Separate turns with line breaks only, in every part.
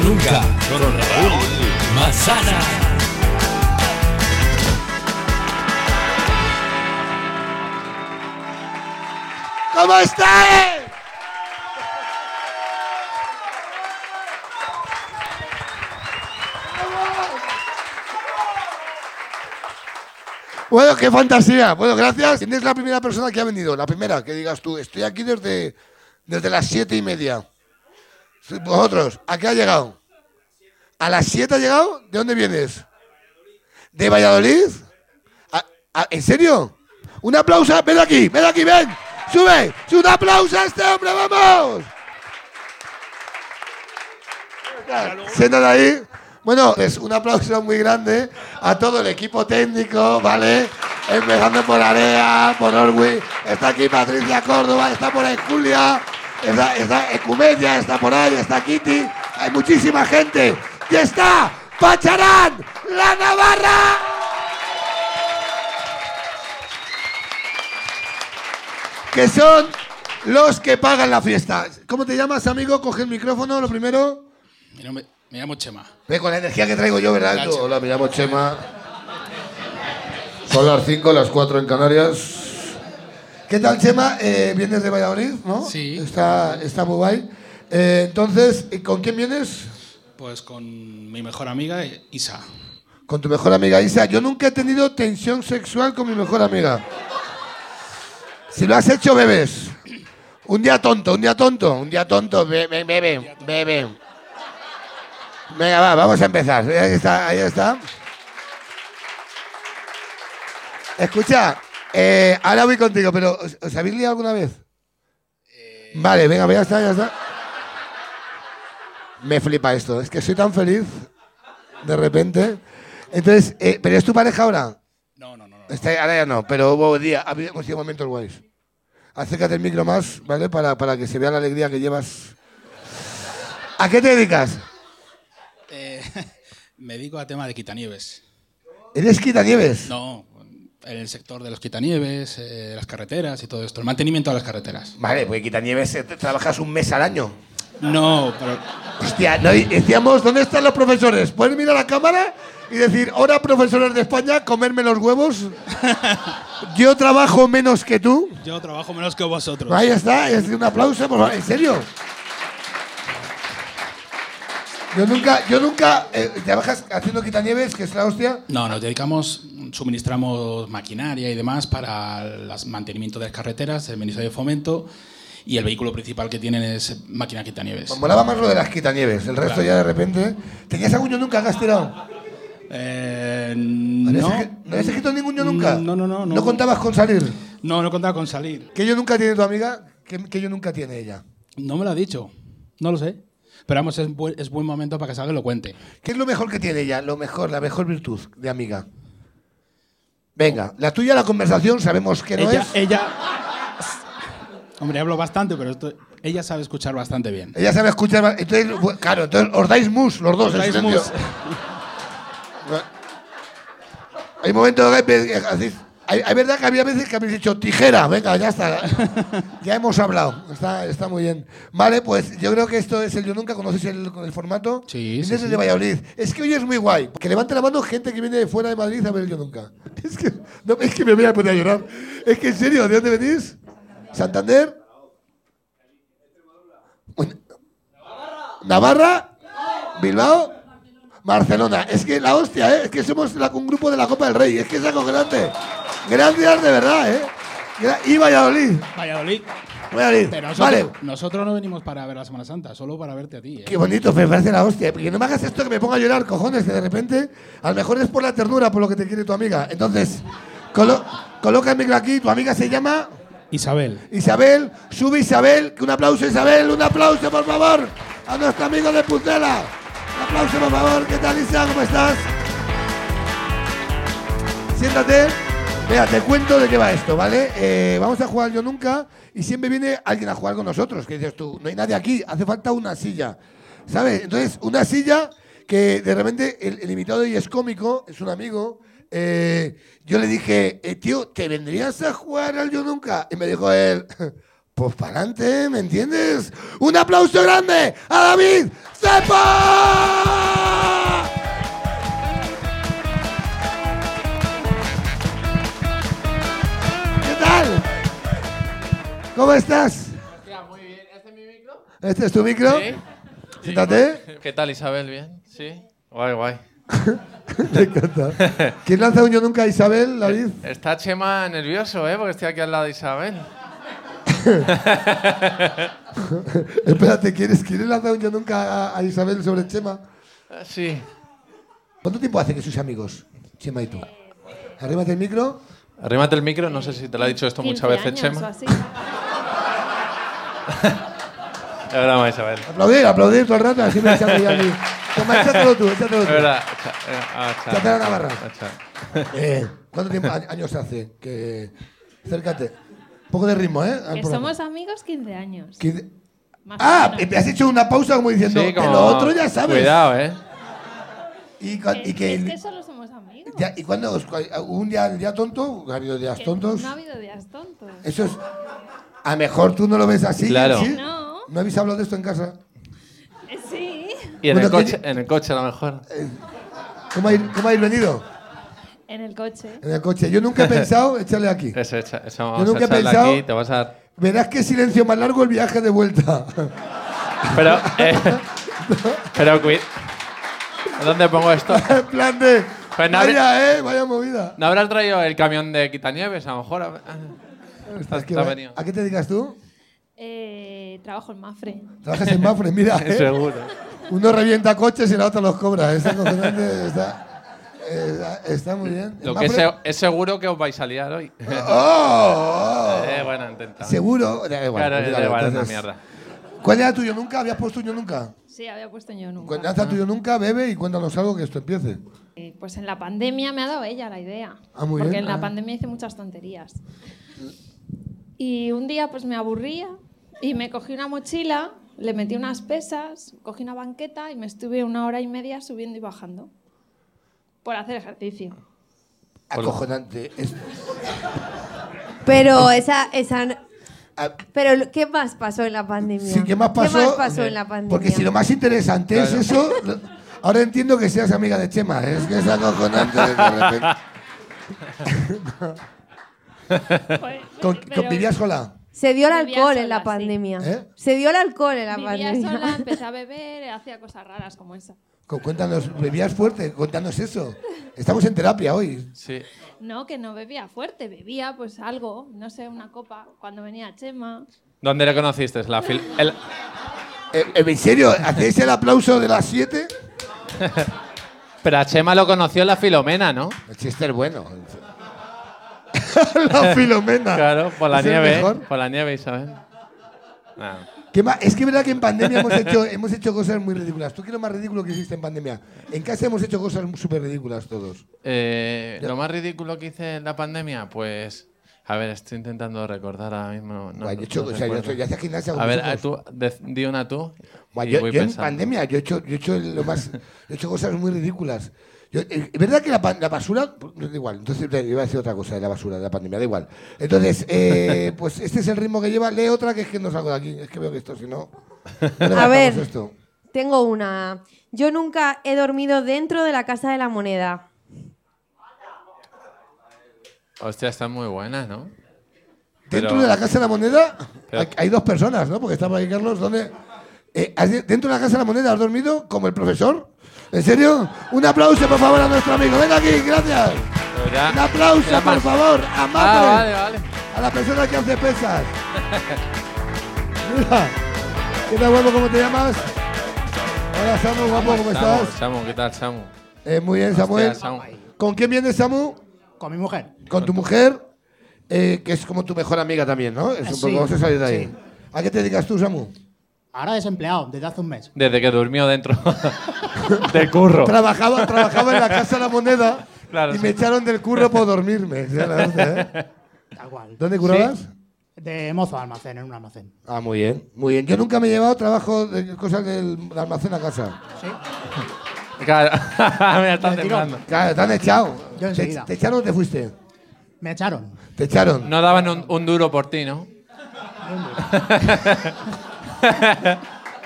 Nunca con Raúl Mazana.
¿Cómo estáis? Bueno, qué fantasía. Bueno, gracias. ¿Quién es la primera persona que ha venido? La primera, que digas tú. Estoy aquí desde, desde las siete y media. Sí, Vosotros, ¿a qué ha llegado? ¿A las siete ha llegado? ¿De dónde vienes? ¿De Valladolid? ¿A- a- ¿En serio? Un aplauso, ven aquí, ven aquí, ven. Sube, sube un aplauso a este hombre, vamos. Siéntate ahí. Bueno, es un aplauso muy grande a todo el equipo técnico, ¿vale? Empezando por Area, por Orwi, está aquí Patricia Córdoba, está por ahí Julia, está, está Ecumedia, está por ahí, está Kitty, hay muchísima gente. Y está Pacharán, la Navarra. que son los que pagan la fiesta. ¿Cómo te llamas, amigo? Coge el micrófono, lo primero.
Mi nombre- me llamo Chema.
Ve con la energía que traigo yo, ¿verdad?
Hola, Chema.
Hola, me llamo Chema. Son las 5, las 4 en Canarias. ¿Qué tal, Chema? Eh, vienes de Valladolid, ¿no?
Sí.
Está, está muy guay. Eh, entonces, ¿y ¿con quién vienes?
Pues con mi mejor amiga, eh, Isa.
Con tu mejor amiga Isa. Yo nunca he tenido tensión sexual con mi mejor amiga. Si lo has hecho, bebes. Un día tonto, un día tonto, un día tonto, bebe, bebe, bebe. Venga, va, vamos a empezar. Ahí está, ahí está. Escucha, eh, ahora voy contigo, pero ¿os, os habéis liado alguna vez?
Eh,
Vale, venga, ya está, ya está. Me flipa esto, es que soy tan feliz de repente. Entonces, eh, ¿pero es tu pareja ahora?
No, no, no. no.
Está- ahora ya no, pero hubo día, ha habido muchos momentos guays. Acércate el micro más, ¿vale? Para, para que se vea la alegría que llevas. ¿A qué te dedicas?
Eh, me dedico a tema de quitanieves.
¿Eres quitanieves?
No, en el sector de los quitanieves, eh, las carreteras y todo esto. El mantenimiento de las carreteras.
Vale, pues quitanieves eh, trabajas un mes al año.
No, pero
Hostia, no, y decíamos, ¿dónde están los profesores? ¿Pueden mirar a la cámara y decir, ahora profesores de España, comerme los huevos? Yo trabajo menos que tú.
yo trabajo menos que vosotros.
Ahí está, es un aplauso, por favor, en serio. Yo nunca, yo nunca, eh, trabajas haciendo quitanieves, que es la hostia.
No, nos dedicamos, suministramos maquinaria y demás para el mantenimiento de las carreteras, el Ministerio de Fomento y el vehículo principal que tienen es máquina quitanieves.
Me Pues molaba más lo de las quitanieves, el resto ya de repente. ¿eh? ¿Tenías algún yo nunca que has tirado?
Eh,
¿No,
no,
habías escri- ¿No habías escrito ningún yo nunca?
No, no, no, no.
¿No contabas con salir?
no, no contaba con salir.
¿Qué yo nunca tiene tu amiga? ¿Qué, qué yo nunca tiene ella?
No me lo ha dicho. No lo sé. Pero vamos, es buen, es buen momento para que Salga y lo cuente.
¿Qué es lo mejor que tiene ella? Lo mejor, la mejor virtud de amiga. Venga, la tuya, la conversación, sabemos que no
ella,
es.
ella. Hombre, hablo bastante, pero esto- ella sabe escuchar bastante bien.
Ella sabe escuchar. más- Entonces, bu- claro, entonces os dais mus los dos. en
Dais
silencio.
mus.
Hay momentos que que hacéis- hay, hay verdad que había veces que habéis dicho tijera, venga, ya está. Ya hemos hablado, está, está muy bien. Vale, pues yo creo que esto es el Yo Nunca, ¿conocéis el, el formato?
Sí,
Este
sí,
es el
sí.
de Valladolid. Es que hoy es muy guay, que levante la mano gente que viene de fuera de Madrid a ver el Yo Nunca. Es que, no, es que me voy a poner a llorar. Es que en serio, ¿de dónde venís? ¿Santander? Navarra, Bilbao, Barcelona. Es que la hostia, ¿eh? Es que somos la- un grupo de la Copa del Rey. Es que es algo grande. Gracias de verdad, ¿eh? Gra- Y Valladolid.
Valladolid.
Valladolid.
Pero nosotros,
Vale.
nosotros no venimos para ver la Semana Santa, solo para verte a ti. ¿eh?
Qué bonito, me parece la hostia. Porque no me hagas esto que me ponga a llorar, cojones, que de repente, a lo mejor es por la ternura, por lo que te quiere tu amiga. Entonces, colo- coloca el micro aquí, tu amiga se llama...
Isabel.
Isabel, sube Isabel, que un aplauso Isabel, un aplauso por favor a nuestro amigo de Pucela. Un aplauso por favor, ¿qué tal Isa? ¿Cómo estás? Siéntate. Mira, te cuento de qué va esto, ¿vale? Eh, vamos a jugar yo nunca y siempre viene alguien a jugar con nosotros, que dices tú, no hay nadie aquí, hace falta una silla, ¿sabes? Entonces, una silla que de repente el, el invitado de hoy es cómico, es un amigo. eh, yo le dije, eh, tío, ¿te vendrías a jugar al yo nunca? Y me dijo él, Pues para adelante, ¿me entiendes? ¡Un aplauso grande a David Cepa! ¿Qué tal? ¿Cómo estás?
Hostia, muy bien. ¿Este es mi micro?
¿Este es tu micro?
Sí.
Siéntate.
¿Qué tal, Isabel? ¿Bien? Sí. Guay, guay.
Me encanta. ¿Quién lanza un yo nunca a Isabel, David?
Está Chema nervioso, ¿eh? Porque estoy aquí al lado de Isabel.
Espérate, ¿quieres, ¿quieres lanzar un yo nunca a, a Isabel sobre Chema?
Ah, Sí.
¿Cuánto tiempo hace que sois amigos, Chema y tú? Arrímate el micro.
Arrímate el micro, no sé si te lo ha dicho esto muchas
15
veces
años o
Chema.
así.
Es broma, Isabel.
Aplaudir, aplaudir todo el rato, así me echan ya a mí. Toma, échatelo tú, échatelo
Es
tú.
verdad. Cha- eh, ah, cha-
Chate la Navarra.
ah, cha.
Eh, ¿Cuánto tiempo, a- años hace que...? Acércate. Un poco de ritmo, ¿eh? al
Que
programa.
somos amigos 15 años.
Que-
Más o
Ah,
menos.
y me has hecho una pausa como diciendo,
Sí, como-
de lo otro ya sabes.
Cuidado, ¿eh?
Y, cua- y que...
Es que solo somos amigos.
ya- y cuando os- cua- un día, el día tonto, ha habido días
Que
tontos.
No ha habido días tontos.
Eso es... A mejor tú no lo ves así.
Claro.
¿sí?
No.
¿No habéis hablado de esto en casa?
Eh, Sí.
Y en,
Bueno,
el
que-
coche, en el coche, a lo mejor.
¿Cómo habéis, cómo habéis venido?
En el coche.
En el coche. Yo nunca he pensado, échale aquí.
Eso, echa- eso vamos
nunca
a
he
echarla
pensado-
aquí, te vas a...
Verás qué silencio más largo el viaje de vuelta.
Pero, eh, pero, cuid- ¿Dónde pongo esto?
en plan de.
Pues no
vaya, eh, vaya movida.
¿No habrás traído el camión de quitanieves? A lo mejor. Ah, Está,
Es que
está
va- ¿eh?
venido.
¿A qué te dedicas tú?
Eh, trabajo en Mafre.
Trabajas en Mafre, mira. eh.
Seguro.
Uno revienta coches y la otra los cobra. Es acojonante, está, eh, está, está muy bien.
Lo
En
que es,
Mapfre-
se- es seguro que os vais a liar hoy.
¡Oh!
Eh, bueno, intenta.
Seguro. Da igual,
Claro,
olvídalo,
da igual, es una
entonces.
mierda.
¿Cuál era tuyo nunca? ¿Habías puesto tuyo nunca?
Sí, había puesto yo
Cu-
nunca.
Lanza tuyo nunca, bebe y cuéntanos algo que esto empiece.
Eh, pues en la pandemia me ha dado ella la idea.
Ah, muy
porque
bien,
en la
ah.
pandemia hice muchas tonterías. Y un día pues me aburría y me cogí una mochila, le metí unas pesas, cogí una banqueta y me estuve una hora y media subiendo y bajando. Por hacer ejercicio.
Acojonante. Es-
Pero esa, esa.
a-
Pero lo- ¿qué más pasó en la pandemia?
Ah. Sí, ¿qué más pasó?
en la pandemia?
Porque si lo más interesante es eso, lo- ahora entiendo que seas amiga de Chema. ¿eh? Es que es acojonante. De repente.
Joder,
Con-
pero
¿Convivías con la?
Se dio el
Vivía
alcohol en
sola,
la
sí.
pandemia.
¿Eh?
Se dio el alcohol en la
Vivía
pandemia.
sola, empecé a beber, hacía cosas raras como esa.
Con- Cuéntanos, bebías fuerte, cuéntanos eso. Estamos en terapia hoy.
Sí.
No, que no bebía fuerte, bebía pues algo, no sé, una copa, cuando venía Chema.
¿Dónde le conociste? La fil- el-
Eh, eh, ¿En serio? ¿Hacéis el aplauso de las 7?
Pero a Chema lo conoció en la Filomena, ¿no?
El chiste es bueno. la Filomena.
Claro, por la
Es el
nieve. ¿eh?
mejor.
Por la nieve, Isabel. Ah.
¿Qué más? Es que es verdad que en pandemia hemos hecho, hemos hecho cosas muy ridículas. ¿Tú qué es lo más ridículo que hiciste en pandemia? En casa hemos hecho cosas súper ridículas todos.
Eh, lo más ridículo que hice en la pandemia, pues. A ver, estoy intentando recordar ahora mismo. No,
Guay, yo he hecho-
no
o sea, yo
recuerdo.
he hecho- yo hacía gimnasia con
A ver,
vosotros.
tú, de- di una tú.
Guay,
y
yo
voy
yo en
pensando.
pandemia yo he hecho, yo he hecho lo más, yo he hecho cosas muy ridículas. Yo- eh, es verdad que la, pa- la basura, da igual, entonces eh, iba a decir otra cosa de la basura, de la pandemia, da igual. Entonces, eh, pues este es el ritmo que lleva. Lee otra que es que no salgo de aquí, es que veo que esto, si no. no levantamos
ver.
esto.
Tengo una. Yo nunca he dormido dentro de la Casa de la Moneda.
Hostia, están muy buenas, ¿no?
Dentro
Pero-
de la Casa de la Moneda
Pero-
hay- hay dos personas, ¿no? Porque estaba ahí Carlos, donde... eh, ¿has- dentro de la Casa de la Moneda has dormido como el profesor. ¿En serio? Un aplauso, por favor, a nuestro amigo. Ven aquí, gracias.
Pero ya-
Un aplauso,
ya
por
más.
favor, a
Ah,
Mapre,
vale, vale.
a la persona que hace pesas. Mira, ¿qué tal, guapo? ¿Cómo te llamas? Hola, Samu, guapo, ¿cómo
Samu,
estás?
Samu, ¿qué tal, Samu?
Eh, muy bien, Samuel.
Hostia, Samu.
¿Con quién vienes, Samu?
Con mi mujer.
Con tu mujer, eh, que es como tu mejor amiga también, ¿no? Es un
Sí,
poco, vamos a salir de ahí.
sí.
¿A qué te dedicas tú, Samu?
Ahora desempleado, desde hace un mes.
Desde que durmió dentro del curro.
Trabajaba, trabajaba en la Casa de la Moneda
Claro,
y
sí.
me echaron del curro por dormirme. Ya la hostia, ¿eh?
Tal cual.
¿Dónde curabas?
De mozo de almacén, en un almacén.
Ah, muy bien, muy bien. Yo nunca me he llevado trabajo de cosas del de almacén a casa.
Sí.
Claro. Mira, está
Del tirón.
temblando.
Claro, Ah, te han echado.
Yo
¿Te,
enseguida.
te echaron o te fuiste?
Me echaron.
Te echaron.
No daban un, un duro por ti, ¿no?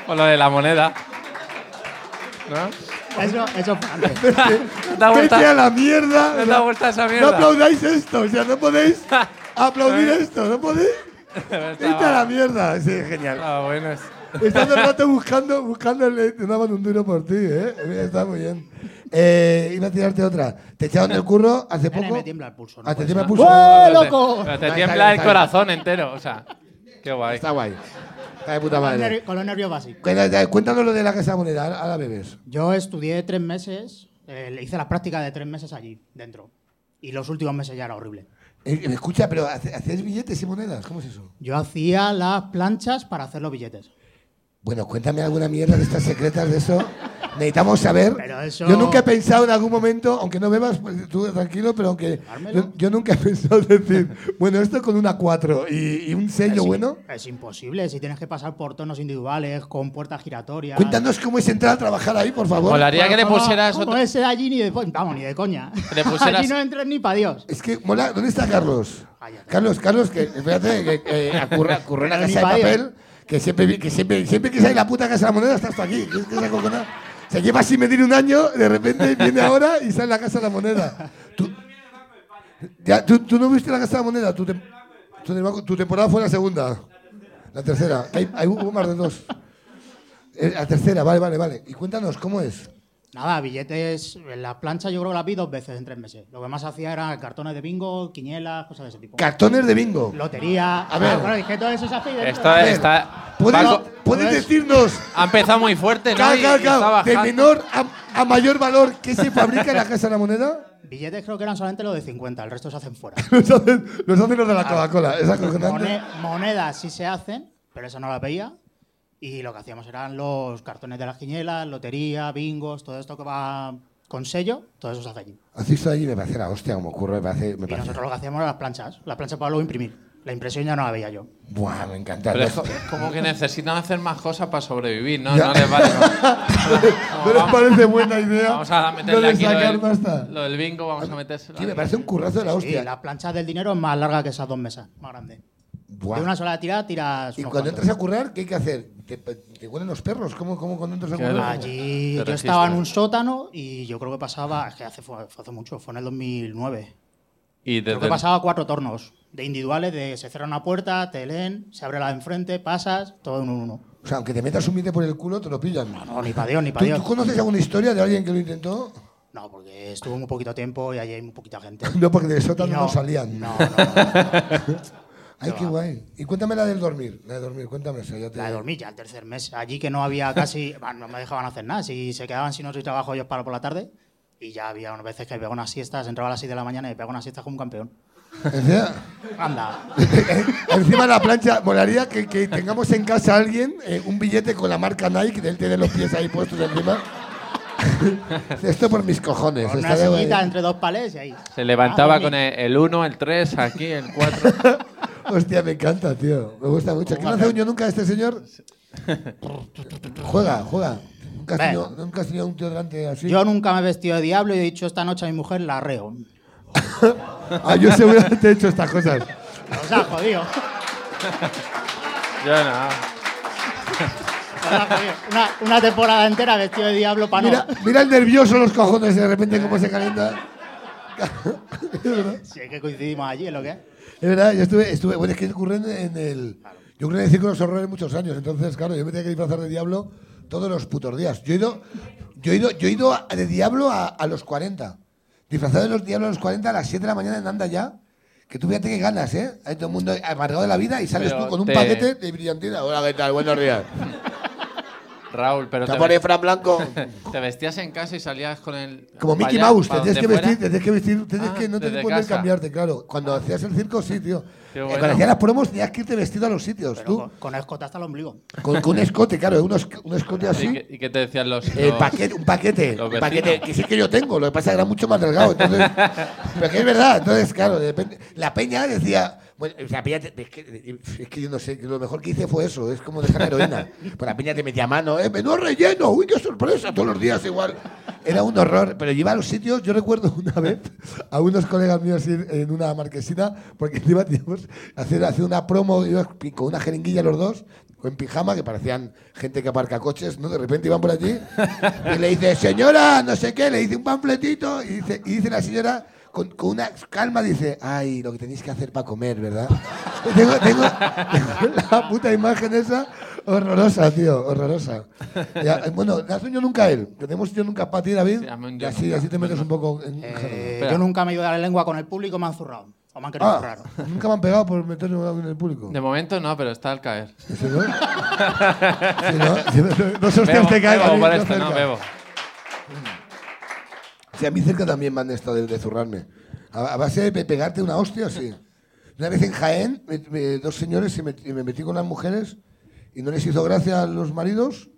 O lo de la moneda. ¿No?
Eso, eso fue antes.
No te ha vuelto-
Vete a la
No te
mierda. o sea,
ha vuelto a esa
No
mierda.
aplaudáis esto, o sea, no podéis aplaudir esto, no podéis. Vete a la mierda, sí, genial.
Ah, bueno. es-
Está todo el rato buscando, buscando el, te daban un duro por ti, ¿eh? Mira, Está muy bien. Eh, iba a tirarte otra. Te echaron del curro hace
Nene,
poco.
me tiembla el pulso. no
Ah, te
puede
tiembla
ser.
el pulso.
¡Eh,
Pero te-
loco!
pero
Ahí
te
está,
tiembla
ahí
el
está, ahí está.
corazón entero, o sea. Qué guay.
Está guay. Está de puta
Con los
madre.
nervios- Con los nervios básicos.
Cuéntanos- Cuéntanos lo de la casa de la moneda, ahora- ahora bebes.
Yo estudié tres meses, eh, le hice las prácticas de tres meses allí, dentro. Y los últimos meses ya era horrible.
Eh, eh, escucha, pero ¿hace- ¿hacías billetes y monedas? ¿Cómo es eso?
Yo hacía las planchas para hacer los billetes.
Bueno, cuéntame alguna mierda de estas secretas de eso. Necesitamos saber.
Pero eso-
Yo nunca he pensado en algún momento, aunque no bebas, pues, tú tranquilo, pero aunque.
Llevármelo.
Yo, yo nunca he pensado decir, bueno, esto con una 4 y, y un sello
Es im-
bueno.
Es imposible, si tienes que pasar por tonos individuales, con puertas giratorias.
Cuéntanos cómo es entrar a trabajar ahí, por favor.
Molaría que le
Como-
pusieras
como
otro.
ese de allí ni de, po- vamos, ni de coña.
Le pusieras-
allí no entras ni para Dios.
Es que, mola, ¿dónde está Carlos?
Ahí Ah, está.
Carlos, Carlos, que espérate, que eh, acurra, acurra en la
Pero ni
casa de
pa' él.
papel, que siempre, vi- que siempre, siempre que sale la puta casa de la moneda estás tú aquí. que es que esa cojonada Se lleva sin medir un año, de repente viene ahora y sale la casa de la moneda. Tú, ya, ¿tú, tú no viste la casa de la moneda, tu, tem- tu tem- tu temporada fue la segunda. La tercera, hay, hay hubo más de dos. Eh, La tercera, vale, vale, vale. Y cuéntanos, ¿cómo es?
Nada, billetes, en la plancha yo creo que las vi dos veces en tres meses. Lo que más hacía eran cartones de bingo, quinielas, cosas de ese tipo.
Cartones de bingo.
Lotería.
A ver.
Ah, claro, es que todo eso se hace ahí dentro.
Esto
ver,
está.
¿Puedes,
Paco,
puedes
¿no es?
decirnos
ha empezado muy fuerte, ¿no?
Claro,
Y-
claro,
y
claro.
está
De
bajando.
menor a, a mayor valor, ¿qué se fabrica en la Casa de la Moneda?
Billetes creo que eran solamente los de 50, el resto se hacen fuera.
Los hacen los, hacen los de la Coca-Cola. Esa cojonante.
Mone- monedas sí se hacen, pero esa no la veía. Y lo que hacíamos eran los cartones de las quinielas, lotería, bingos, todo esto que va con sello, todo eso se hace allí.
Así está allí, me parece la hostia, como ocurre, me parece. Me
Y
parece.
nosotros lo que hacíamos eran las planchas, las planchas para luego imprimir. La impresión ya no la veía yo.
Buah, me encanta.
Pero es
Los-
co- como que necesitan hacer más cosas para sobrevivir, ¿no?
Ya.
No les vale. con-
No les parece buena idea.
Vamos a
lo
meterle
de
aquí lo
sacar
del,
pasta.
lo del bingo, vamos a metérselo.
Sí, me
ahí.
parece un currazo de la
Y
hostia.
la plancha del dinero es más larga que esas dos mesas, más grande.
Buah.
De una sola tirada tiras.
Y
unos
cuando
cuantos.
entras a currar, ¿qué hay que hacer? ¿Te, te huelen los perros? ¿Cómo, cómo cuando entras a
Claro.
currar?
Allí
Te
yo
registras.
estaba en un sótano y yo creo que pasaba, es que hace, fue, fue hace mucho, fue en el 2009.
Y
Creo
desde
que pasaba cuatro tornos de individuales, de se cierra una puerta, te leen, se abre la de enfrente, pasas, todo en un uno.
O sea, aunque te metas un mite por el culo, te lo pillan.
No, ni para Dios, ni
¿Tú,
para Dios.
¿Tú conoces alguna historia de alguien que lo intentó?
No, porque estuvo muy poquito tiempo y allí hay muy poquita gente.
No, porque del
Y
sótano no, salían.
No, no, no.
Ay, qué guay. Y cuéntame la del dormir. La de dormir, cuéntame eso. Ya te...
La de dormir ya el tercer mes. Allí que no había casi. bueno, no me dejaban hacer nada. Si se quedaban sin otro trabajo, ellos para por la tarde. Y ya había unas veces que pegaba unas siestas, entraba a las 6 de la mañana y pegaba unas siestas como un campeón.
Encima,
Anda.
Pues eh, encima de la plancha, molaría que, que tengamos en casa a alguien eh, un billete con la marca Nike, del tiene los pies ahí puestos encima. Esto por mis cojones.
Con una
está de guay.
sillita entre dos palés y ahí.
Se levantaba
Ah,
con el 1, el 3, aquí, el 4.
Hostia, me encanta, tío. Me gusta mucho. ¿Qué no hace un yo nunca este señor? juega, juega. ¿Nunca has,
Ven.
tenido, nunca has tenido un tío delante así?
Yo nunca me he vestido de diablo y he dicho esta noche a mi mujer la reo.
Ah, yo seguramente he hecho estas cosas.
Os ha jodido.
Yo no.
os ha jodido. Una, una temporada entera vestido de diablo para no.
Mira, mira el nervioso los cojones de repente cómo se calienta.
Si es que coincidimos allí, es lo que es.
Es verdad, yo estuve, estuve bueno, es que ocurre en, en el... Yo creo en el Círculo de los Horrores muchos años, entonces, claro, yo me tenía que disfrazar de diablo todos los putos días. Yo he ido, yo he ido, yo he ido a- de diablo a, a los 40. Disfrazado de los diablos a los 40 a las 7 de la mañana en Anda ya. Que tú fíjate que ganas, ¿eh? Hay todo el mundo amargado de la vida y sales
Pero
tú con un
te-
paquete de brillantina. Hola, ¿qué tal? Buenos días.
Raúl, pero te,
¿Está por ahí
ves-
Fran Blanco?
te vestías en casa y salías con el.
Como
pa'
Mickey
allá,
Mouse,
pa'
te tienes
donde
que
fuera.
vestir, te tienes que vestir, te tienes
Ah,
que, no te
desde
puedes
casa.
cambiarte, claro. Cuando hacías el circo, sí, tío.
Qué
Eh, Cuando
bueno.
hacías las promos tenías que irte vestido a los sitios,
Pero
tú.
con, con escota hasta el ombligo.
Con, con un escote, claro, un, esc- un escote
¿Y
así.
qué, y qué te decían los.?
El
los-
paquete, un paquete,
los
un paquete
vecinos.
que sí que yo tengo, lo que pasa es que era mucho más delgado. Entonces, pero que es verdad, entonces, claro, de repente, la peña decía, Bueno, o sea, piña te- es, que, es que yo no sé, que lo mejor que hice fue eso, es como dejar la heroína. Pues la piña te metía mano, ¡eh, menú relleno! ¡Uy, qué sorpresa! Todos los días igual. Era un horror, pero yo iba a los sitios, yo recuerdo una vez a unos colegas míos ir en una marquesina, porque encima teníamos hacer, hacer una promo, iba con una jeringuilla los dos, en pijama, que parecían gente que aparca coches, ¿no? De repente iban por allí y le dice, señora, no sé qué, le dice un panfletito y dice, y dice la señora con, con una calma, dice, ay, lo que tenéis que hacer para comer, ¿verdad? tengo, tengo- tengo la puta imagen esa horrorosa, tío, horrorosa. Ya, eh, bueno, ¿has un yo nunca a él? ¿Tenemos yo nunca para ti, David?
Sí, hazme un
Y
yo
así,
nunca.
así te metes un poco en...
Eh,
Espera.
yo nunca me he ido a la lengua con el público, me han zurrado. O me han querido
Ah,
zurrar.
nunca me han pegado por meterme en el público.
De momento no, pero está al caer.
¿Sí, no? Sí, no? Sí, no- no se usted
Bebo,
que cae,
bebo por
David, no
esto, no,
cerca.
bebo.
Sí, a mí cerca también van de esto de, de zurrarme. A, a base de pegarte una hostia, sí. Una vez en Jaén, me- me- dos señores y me, y me metí con las mujeres y no les hizo gracia a los maridos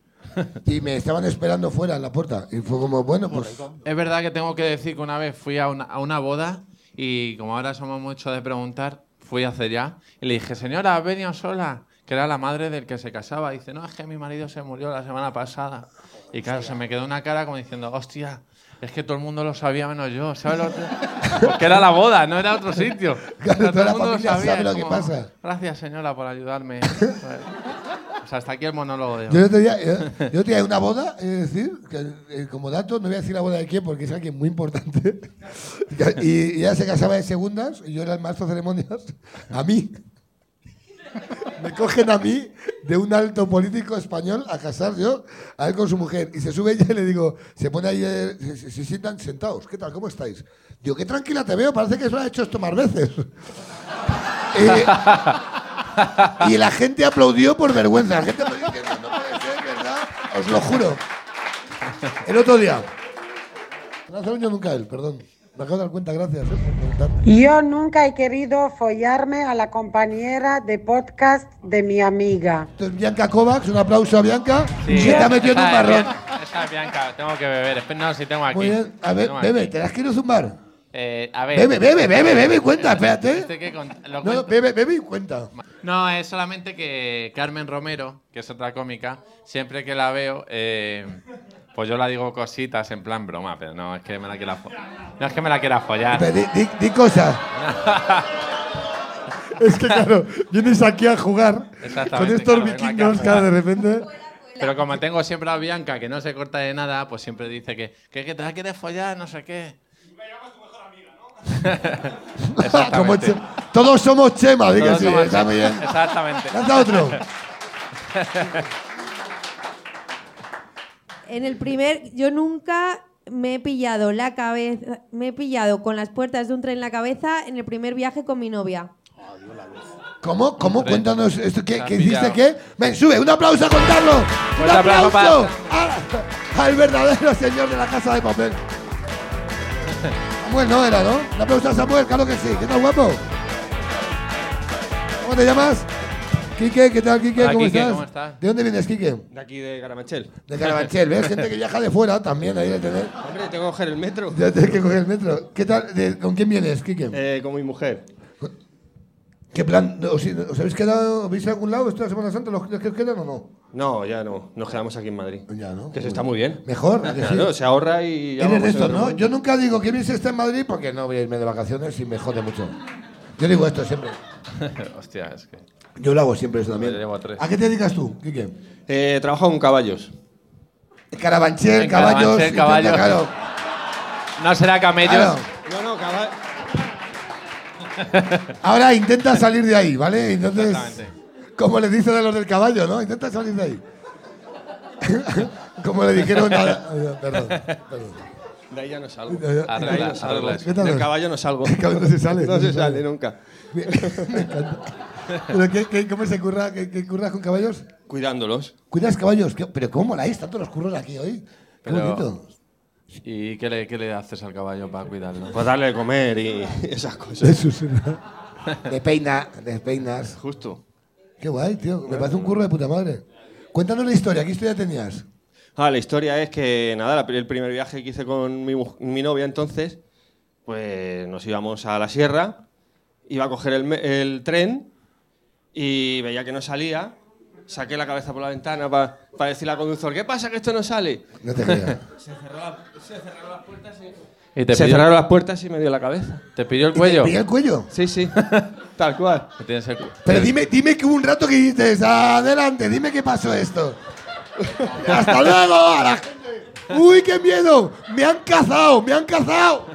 y me estaban esperando fuera en la puerta. Y fue como, bueno, pues...
Es verdad que tengo que decir que una vez fui a una, a una boda y como ahora somos muchos de preguntar, fui hacia allá y le dije, señora, ¿has venido sola? Que era la madre del que se casaba. Dice, no, es que mi marido se murió la semana pasada. Y claro, se me quedó una cara como diciendo, hostia, es que todo el mundo lo sabía menos yo. ¿Sabes lo que- Porque era la boda, no era otro sitio.
Claro,
Pero
toda la
mundo
familia sabe
es
lo que pasa.
Gracias, señora, por ayudarme. o sea, hasta aquí el monólogo de hoy.
Yo el otro día, yo, yo tenía una boda, es decir, que, eh, como dato, no voy a decir la boda de quién porque es alguien muy importante. Y ella se casaba de segundas y yo era el maestro de ceremonias. A mí. Me cogen a mí de un alto político español a casar yo a él con su mujer. Y se sube ella y le digo, se pone ahí, eh, se, se- se sientan sentados. ¿Qué tal? ¿Cómo estáis? Digo, qué tranquila te veo, parece que se lo ha hecho esto más veces. Eh, y la gente aplaudió por vergüenza. La gente aplaudió diciendo, no puede ser, ¿verdad? Os lo juro. El otro día. Gracias, yo nunca él, perdón. Me acabo de dar cuenta, gracias. eh, por preguntar.
Yo nunca he querido follarme a la compañera de podcast de mi amiga.
Entonces, Bianca Kovacs, un aplauso a Bianca.
Sí. Ah,
Se está metiendo un
Esa es
marrón.
Bianca- Esa es Bianca, tengo que beber. Espera, No, si tengo aquí.
Muy bien. A ver,
Tengo aquí.
bebe, ¿te las quiero zumbar?
Eh, a ver.
Bebe, bebe, bebe, bebe, y cuenta,
Este
espérate.
que cont- lo
No,
cuento.
bebe, bebe y cuenta.
No, es solamente que Carmen Romero, que es otra cómica, siempre que la veo, eh, pues yo la digo cositas en plan broma, pero no es que me la quiera follar. No es que me la quiera follar.
Pero Di, di- di cosas. es que claro, vienes aquí a jugar
Exactamente,
con estos
claro, vengo aquí a
vikingos,
jugar.
cara, de repente.
Pero como tengo siempre a Bianca, que no se corta de nada, pues siempre dice que, que, que te la quieres follar, no sé qué.
Como
Exactamente.
Che- todos somos Chema, di que
Todos
sí,
somos-
está muy bien.
Exactamente.
Lanza otro.
En el primer, yo nunca me he pillado la cabeza, me he pillado con las puertas de un tren en la cabeza en el primer viaje con mi novia.
¿Cómo? ¿Cómo?
Hombre, Ah,
Cuéntanos esto. ¿Qué,
has
qué hiciste?
pillado.
¿Qué? Ven, sube. Un aplauso a contarlo. Un
Fuerte aplauso
aplauso a- al verdadero señor de la casa de papel. Samuel no era, ¿no? Un aplauso a Samuel, claro que sí. ¿Qué tal, guapo? ¿Cómo te llamas? Quique, ¿qué tal, Quique?
Hola,
¿Cómo,
Quique,
estás?
¿cómo estás?
¿De dónde vienes, Quique?
De aquí de Garamachel.
De Carabanchel, ¿ves? Gente que viaja de fuera también, ahí de tener.
Hombre, tengo que coger el metro.
Ya tienes que coger el metro. ¿Qué tal? ¿De- ¿Con quién vienes, Quique?
Eh, con mi mujer.
¿Qué plan? ¿Os, os habéis quedado? ¿Habéis ido a algún lado esta Semana Santa? ¿Los que os quedan o no?
No, ya no. Nos quedamos aquí en Madrid.
Ya, ¿no?
Que se está muy bien.
Mejor, ¿a que sí?
Claro, Ah, se ahorra y... ya
Eres
vamos
de estos,
en
¿no?
otro
Yo nunca digo que bien se está en Madrid porque no voy a irme de vacaciones y me jode mucho. Yo digo esto siempre.
Hostia, es que.
Yo lo hago siempre eso también.
Yo llevo tres.
¿A qué te dedicas tú, Quique?
momento. Eh, trabajo con caballos.
Carabanchel,
En
caballos,
Carabanchel,
intenta-
caballos.
claro,
No será camellos.
claro.
No, no, caballos...
Ahora intenta salir de ahí, ¿vale? Entonces,
Exactamente.
como le dicen a los del caballo, ¿no? Intenta salir de ahí. como le dijeron a... Perdón, perdón.
De ahí ya no salgo. Ah,
Arregla-
de ahí no salgo.
arregla
eso. ¿Qué tal?
Del caballo no salgo.
Del caballo no se sale,
No se sale nunca.
Me me encanta. ¿Pero qué, qué- cómo se curra, qué, qué curras con caballos?
Cuidándolos.
¿Cuidas caballos? ¿Qué- ¿Pero cómo moláis tanto los curros aquí hoy? Qué
Pero-
bonito.
¿Y qué le, qué le haces al caballo para cuidarlo?
Pues darle de comer y esas cosas.
Eso es verdad. De peina, de peinas.
Justo.
Qué guay, tío. Me parece un curro de puta madre. Cuéntanos la historia. ¿Qué historia tenías?
Ah, la historia es que, nada, la pri- el primer viaje que hice con mi, mu- mi novia entonces, pues nos íbamos a la sierra iba a coger el, me- el tren y veía que no salía. Saqué la cabeza por la ventana para decirle al conductor, ¿qué pasa que esto no sale?
No te creas.
Se cerró la- se cerraron las puertas y...
¿Y te
Se
pidió,
cerraron las puertas y me dio la cabeza.
te pidió el cuello?
¿Pilla el cuello?
Sí, sí, tal cual.
Que tienes el cu-
Pero dime, dime que hubo un rato que dices, adelante, dime qué pasó esto. ¡Hasta luego! a la gente. ¡Uy, qué miedo! ¡Me han cazado! ¡Me han cazado!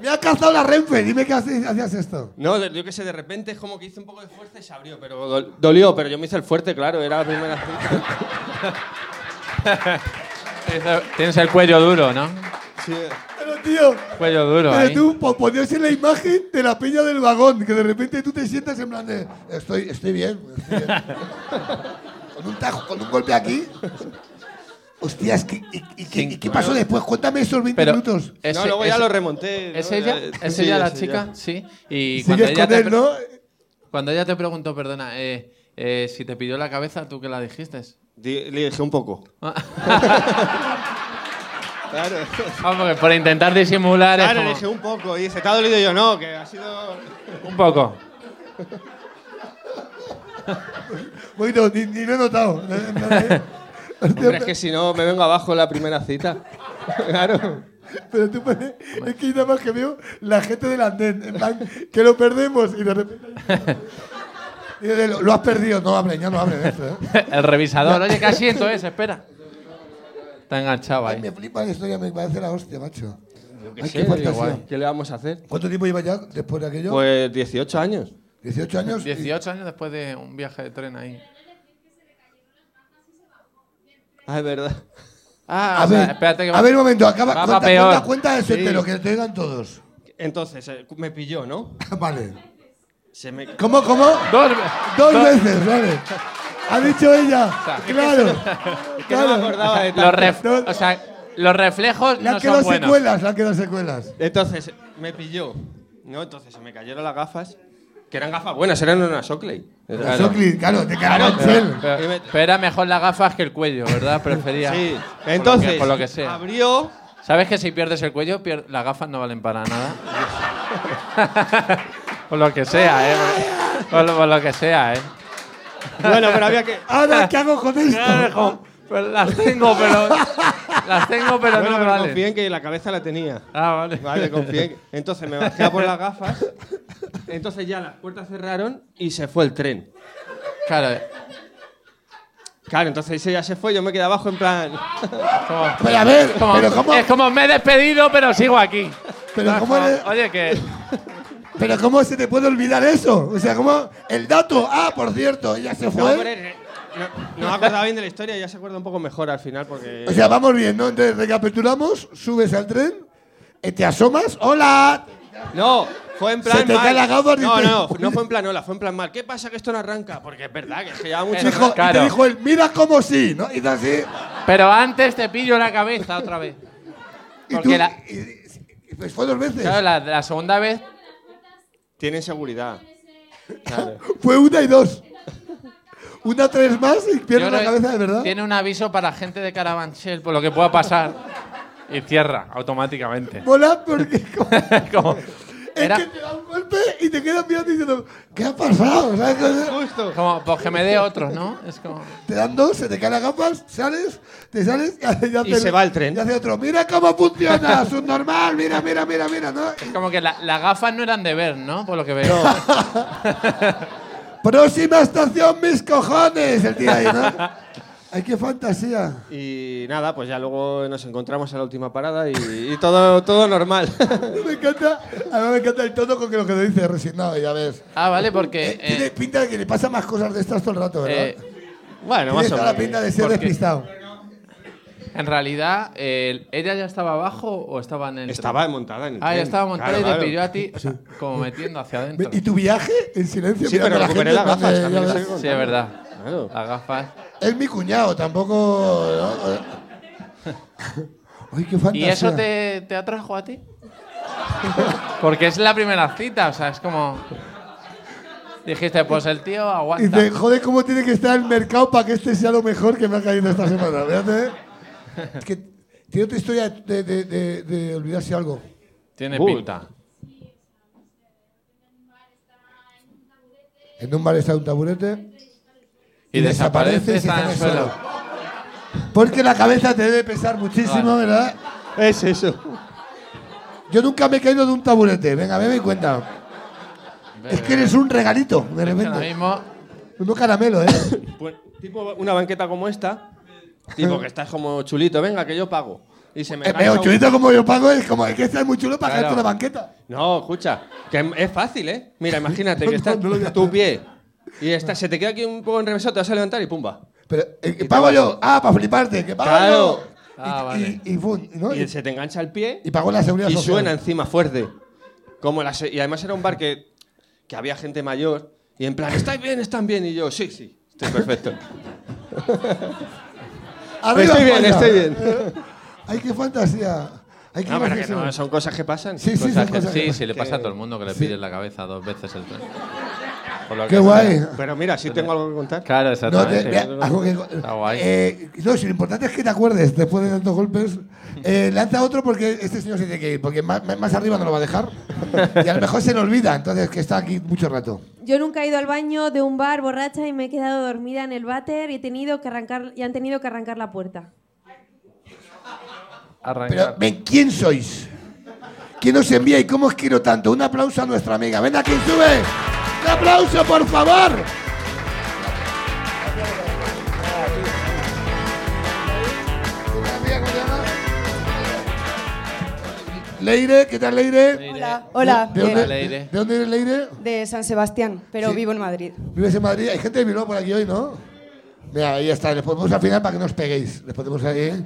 ¡Me ha cazado la Renfe! Dime que hace- hacías esto.
No, de- yo qué sé, de repente es como que hice un poco de fuerza y se abrió, pero dol- dolió, pero yo me hice el fuerte, claro, era la primera.
Tienes- Tienes el cuello duro, ¿no?
sí.
Pero tío,
Cuello duro
pero
ahí.
tú po- ponías en la imagen de la peña del vagón, que de repente tú te sientas en plan de, estoy, estoy bien, estoy bien". con un tajo, con un golpe aquí. Hostias, ¿qué, y, y qué- y qué pasó después? Cuéntame esos 20
Pero
minutos.
ese-
no, luego ya
ese-
lo remonté. ¿no?
¿Es ella?
Ya-
¿Es
sí,
ella la
es
chica? Sí. Y cuando
Sigues
ella,
con
te
él,
pre-
¿no?
cuando ella te preguntó, perdona, eh, eh, si te pidió la cabeza, ¿tú qué la dijiste?
Di- Le dije un poco. claro.
Vamos, porque por intentar disimular es
Claro, le
como-
dije un poco. Y dice, ¿te ha dolido Y yo? No, que ha sido...
un poco.
Bueno, ni, ni lo he notado.
Hombre, es que si no, me vengo abajo en la primera cita. claro.
Pero tú pone- es que yo nada más que veo la gente del andén, en plan, que lo perdemos y de repente. Y de- lo, lo has perdido, no hablen, ya no hablen de esto. ¿eh?
El revisador, oye, ¿qué asiento es? Espera. Está enganchado
Ay,
ahí.
me flipa la historia, me parece la hostia, macho.
Yo qué
Ay,
sé,
qué
digo,
fantasía.
guay, ¿Qué le vamos a hacer?
¿Cuánto tiempo lleva ya después de aquello?
Pues 18 años.
18 años. y-
18 años después de un viaje de tren ahí.
Ah, es verdad.
Ah,
a
o sea,
ver,
espérate que
a ver un momento, acaba,
va pa'
cuenta,
peor.
cuenta, cuenta eso
Sí.
entero, que te digan todos.
Entonces, eh, me pilló, ¿no?
vale.
Se me...
¿Cómo, cómo?
Dos,
Dos
dos-
veces, vale. Ha dicho ella. Claro.
Que no me
claro.
acordaba de
los
tanto.
ref-
No.
o sea, los reflejos
Le han
no son
quedado
buenos.
secuelas, le han quedado secuelas.
Entonces, me pilló. ¿No? Entonces, se me cayeron las gafas. Que eran gafas buenas, eran unas Oakley.
Claro. claro, te cagaron
Pero,
Chel.
Y me-
pero- pero era mejor las gafas que el cuello, ¿verdad? Prefería.
Sí.
Por lo que-
Entonces,
Por lo que sea.
abrió...
¿Sabes que si pierdes el cuello, pier- las gafas no valen para nada? por lo que sea, ¿eh? Por, por lo, por lo que sea, ¿eh?
Bueno, pero había que... Pues
Ahora, ¿qué hago con esto?
Pero las tengo, pero. Las tengo, pero no
Bueno,
me
pero
valen.
confíen que la cabeza la tenía.
Ah, vale.
Vale, confíen. Entonces me bajé a por las gafas. Entonces ya las puertas cerraron y se fue el tren.
Claro, eh,
Claro, entonces ella se fue, yo me quedé abajo en plan.
como-
Pero a ver,
como-
pero cómo,
Es como me he despedido, pero sigo aquí.
pero cómo
Como,
eres-
Oye, que.
pero cómo se te puede olvidar eso? O sea, cómo el dato, ah, por cierto, ella se
No,
fue.
hombre, no, no me acordaba bien de la historia, ya se acuerda un poco mejor al final porque.
O sea, vamos bien, ¿no? Entonces recapitulamos, subes al tren, eh, te asomas, hola.
No, fue en plan
Se te
mal.
cae la gafa,
no,
dices,
no,
"Oye".
no fue en plan hola, fue en plan mal. ¿Qué pasa que esto no arranca? Porque es verdad que es que lleva mucho.
Pero-
Dijo, y
claro.
te dijo él, mira como sí, ¿no? Y te así.
Pero antes te pillo la cabeza otra vez.
Y tú,
Porque la-
y- y- y- pues fue dos veces.
Claro, la, la segunda vez.
Tienen seguridad. Claro.
Fue una y dos. Una, tres más y
yo
pierdes la
creo que
cabeza de verdad.
Tiene un aviso para gente de Carabanchel por lo que pueda pasar. Y cierra automáticamente.
Mola porque
Como- era
Es que te da un golpe y te quedas mirando diciendo, ¿qué ha pasado? ¿Sabes? Entonces,
Justo.
como, pues que me dé otro, ¿no? Es como.
Te dan dos, se te caen las gafas, sales, te sales y, hace-
Y
hace-
se va el tren.
Y hace otro, mira cómo funciona, subnormal, mira, mira, mira, mira, ¿no?
es como que la- las gafas no eran de ver, ¿no? Por lo que veo.
Próxima estación, mis cojones, el tío ahí, ¿no? Ay, qué fantasía.
Y nada, pues ya luego nos encontramos en la última parada y, y todo, todo normal.
Me encanta, a mí me encanta el tono con que lo que te dice resignado, ya ves.
Ah, vale, porque.
Eh, tiene
eh,
pinta de que le pasa más cosas de estas todo el rato, ¿verdad?
eh,
bueno,
tiene
más o
toda la
menos.
pinta de ser
porque-
despistado.
en realidad, eh, ¿ella ya estaba abajo o estaba en el.? tren?
Estaba montada en el
Ah, ya
tren.
estaba montada
Claro,
y
claro.
te pilló a ti, o sea, como metiendo hacia adentro.
¿Y tu viaje en silencio?
Sí, pero
mirando a la
recuperé
gente,
las gafas
¿no?
también,
Ya
eso
ves.
digo.
Sí, es verdad.
Claro.
Las gafas.
Es mi cuñado, tampoco. Uy, qué fantasía.
¿Y eso te, te atrajo a ti? Porque es la primera cita, o sea, es como. Dijiste, pues el tío
Y
aguanta.
te joder, ¿cómo tiene que estar el mercado para que este sea lo mejor que me ha caído esta semana? Fíjate. ¿eh? Es que tiene otra historia de, de, de, de olvidarse algo.
Tiene
Uy.
pinta.
En un bar está un taburete.
Y desaparece,
se
está en
cae
el suelo.
Porque la cabeza te debe pesar muchísimo,
Vale.
¿verdad?
Es eso.
Yo nunca me he caído de un taburete. Venga, bebe y cuenta. Es que eres un regalito, de
Es que ahora
repente.
mismo
Unos caramelos, ¿eh?
Pues, tipo una banqueta como esta, tipo que estás como chulito, venga, que yo pago. Y se me
Eh,
cansa
Veo,
un-
chulito como yo pago, es como hay que estar muy chulo para
Claro.
caerte una banqueta.
No, escucha, que em- es fácil, ¿eh? Mira, imagínate
No,
que estás
no, no lo voy a
tu
hacer.
pie y está, se te queda aquí un poco enrevesado, te vas a levantar y pumba.
Pero, eh, que pago
vas.
yo. Ah, para fliparte, que pago
Claro.
yo. Y,
Ah, vale.
y, y fun, ¿no?
Y se te engancha el pie
Y pagó la seguridad
y
social.
suena encima fuerte. Como la se- y además era un bar que, que había gente mayor y en plan, ¿estáis bien? ¿Están bien? Y yo, sí, sí, estoy perfecto.
Arriba,
Estoy bien,
España.
estoy bien.
Eh, Ay, qué fantasía. Hay que
no, pero que
imaginación.
no, son cosas que pasan.
Sí, sí, son
cosas que-
cosas
Sí, sí, le pasa a todo el mundo que le
Sí.
piden la cabeza dos veces el tren. Por lo
Qué
que-
guay.
Pero mira, si tengo algo que contar.
Claro,
No, te-
exactamente.
vea, algo que-
Está guay.
eh, no, si lo importante es que te acuerdes después de tantos golpes. Eh, lanza otro porque este señor se tiene que ir, porque más, más arriba no lo va a dejar. Y a lo mejor se le olvida, entonces que está aquí mucho rato.
Yo nunca he ido al baño de un bar borracha y me he quedado dormida en el váter y, he tenido que arrancar, y han tenido que arrancar la puerta.
Arrancar.
Pero, ven, ¿quién sois? ¿Quién os envía y cómo os quiero tanto? Un aplauso a nuestra amiga. Ven aquí, sube. Un aplauso, por favor. Leire, ¿qué tal Leire?
Hola, hola.
¿De
eh,
dónde,
Leire.
de dónde eres Leire?
de San Sebastián, pero
Sí.
vivo en Madrid.
¿Vives en Madrid? Hay gente de Bilbao por aquí hoy, ¿no? Mira, ahí está. Les ponemos al final para que no os peguéis. Les ponemos ahí. ¿eh?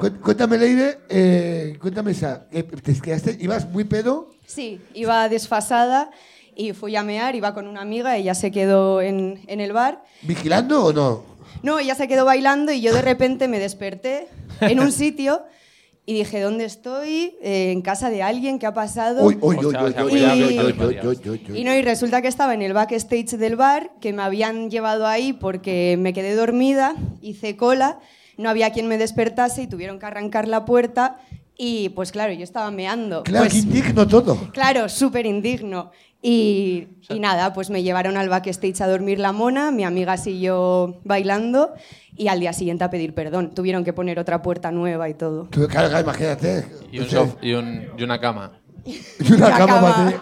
Cu- Cuéntame, Leire. eh, cuéntame esa. eh, ¿Te quedaste? ¿Ibas muy pedo?
Sí, iba desfasada y fui a mear, iba con una amiga, ella se quedó en, en el bar.
¿Vigilando o no?
No, ella se quedó bailando y yo de repente me desperté en un sitio y dije, ¿dónde estoy? Eh, en casa de alguien, ¿qué ha pasado?
Uy, uy, uy, uy,
Hostia,
uy,
o sea,
uy,
cuidado,
uy,
cuidado,
uy,
cuidado.
uy, uy, uy, uy.
Y no, y resulta que estaba en el backstage del bar, que me habían llevado ahí porque me quedé dormida, hice cola, no había quien me despertase y tuvieron que arrancar la puerta y pues claro, yo estaba meando.
Claro, qué
Pues,
indigno todo.
claro, súper indigno. Y, y nada, pues me llevaron al backstage a dormir la mona, mi amiga siguió bailando y al día siguiente a pedir perdón. Tuvieron que poner otra puerta nueva y todo.
Tú, claro, claro, imagínate.
Y, un
Sí.
sof- y un- y una cama.
Y una
Una
cama
cama.
para ti.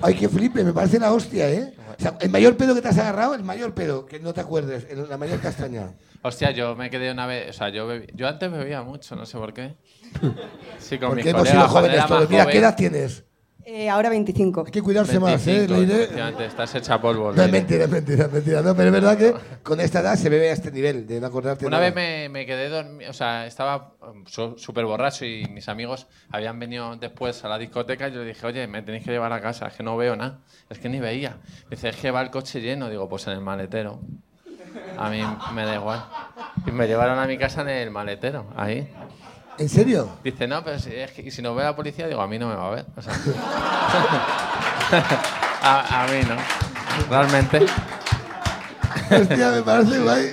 Ay, qué flipe, me parece la hostia, ¿eh? O sea, el mayor pedo que te has agarrado, el mayor pedo, que no te acuerdes, el- la mayor castaña.
Hostia, yo me quedé una vez. O sea, yo, bebí- yo antes bebía mucho, no sé por qué. Sí, con
Pues
mis
Porque hemos
colegas,
sido
cuando
jóvenes
era más
todos. Mira, ¿qué
joven,
edad tienes?
Eh, ahora 25.
Hay que cuidarse más, ¿eh?
25,
Leire?
efectivamente, estás hecha polvo.
No, es
Leire.
mentira, es mentira, es mentira. No, pero es verdad que con esta edad se bebe a este nivel, de no acordarte.
Una
nada.
vez me, me quedé dormido, o sea, estaba um, su- súper borracho y mis amigos habían venido después a la discoteca y yo le dije, oye, me tenéis que llevar a casa, es que no veo nada, es que ni veía. Me dice, es que va el coche lleno, digo, pues en el maletero. A mí me da igual. Y me llevaron a mi casa en el maletero, ahí.
¿En serio?
Dice, no, pero si, es que- y si nos ve la policía, digo, a mí no me va a ver. o sea. a, a mí no, realmente.
Hostia, me parece guay.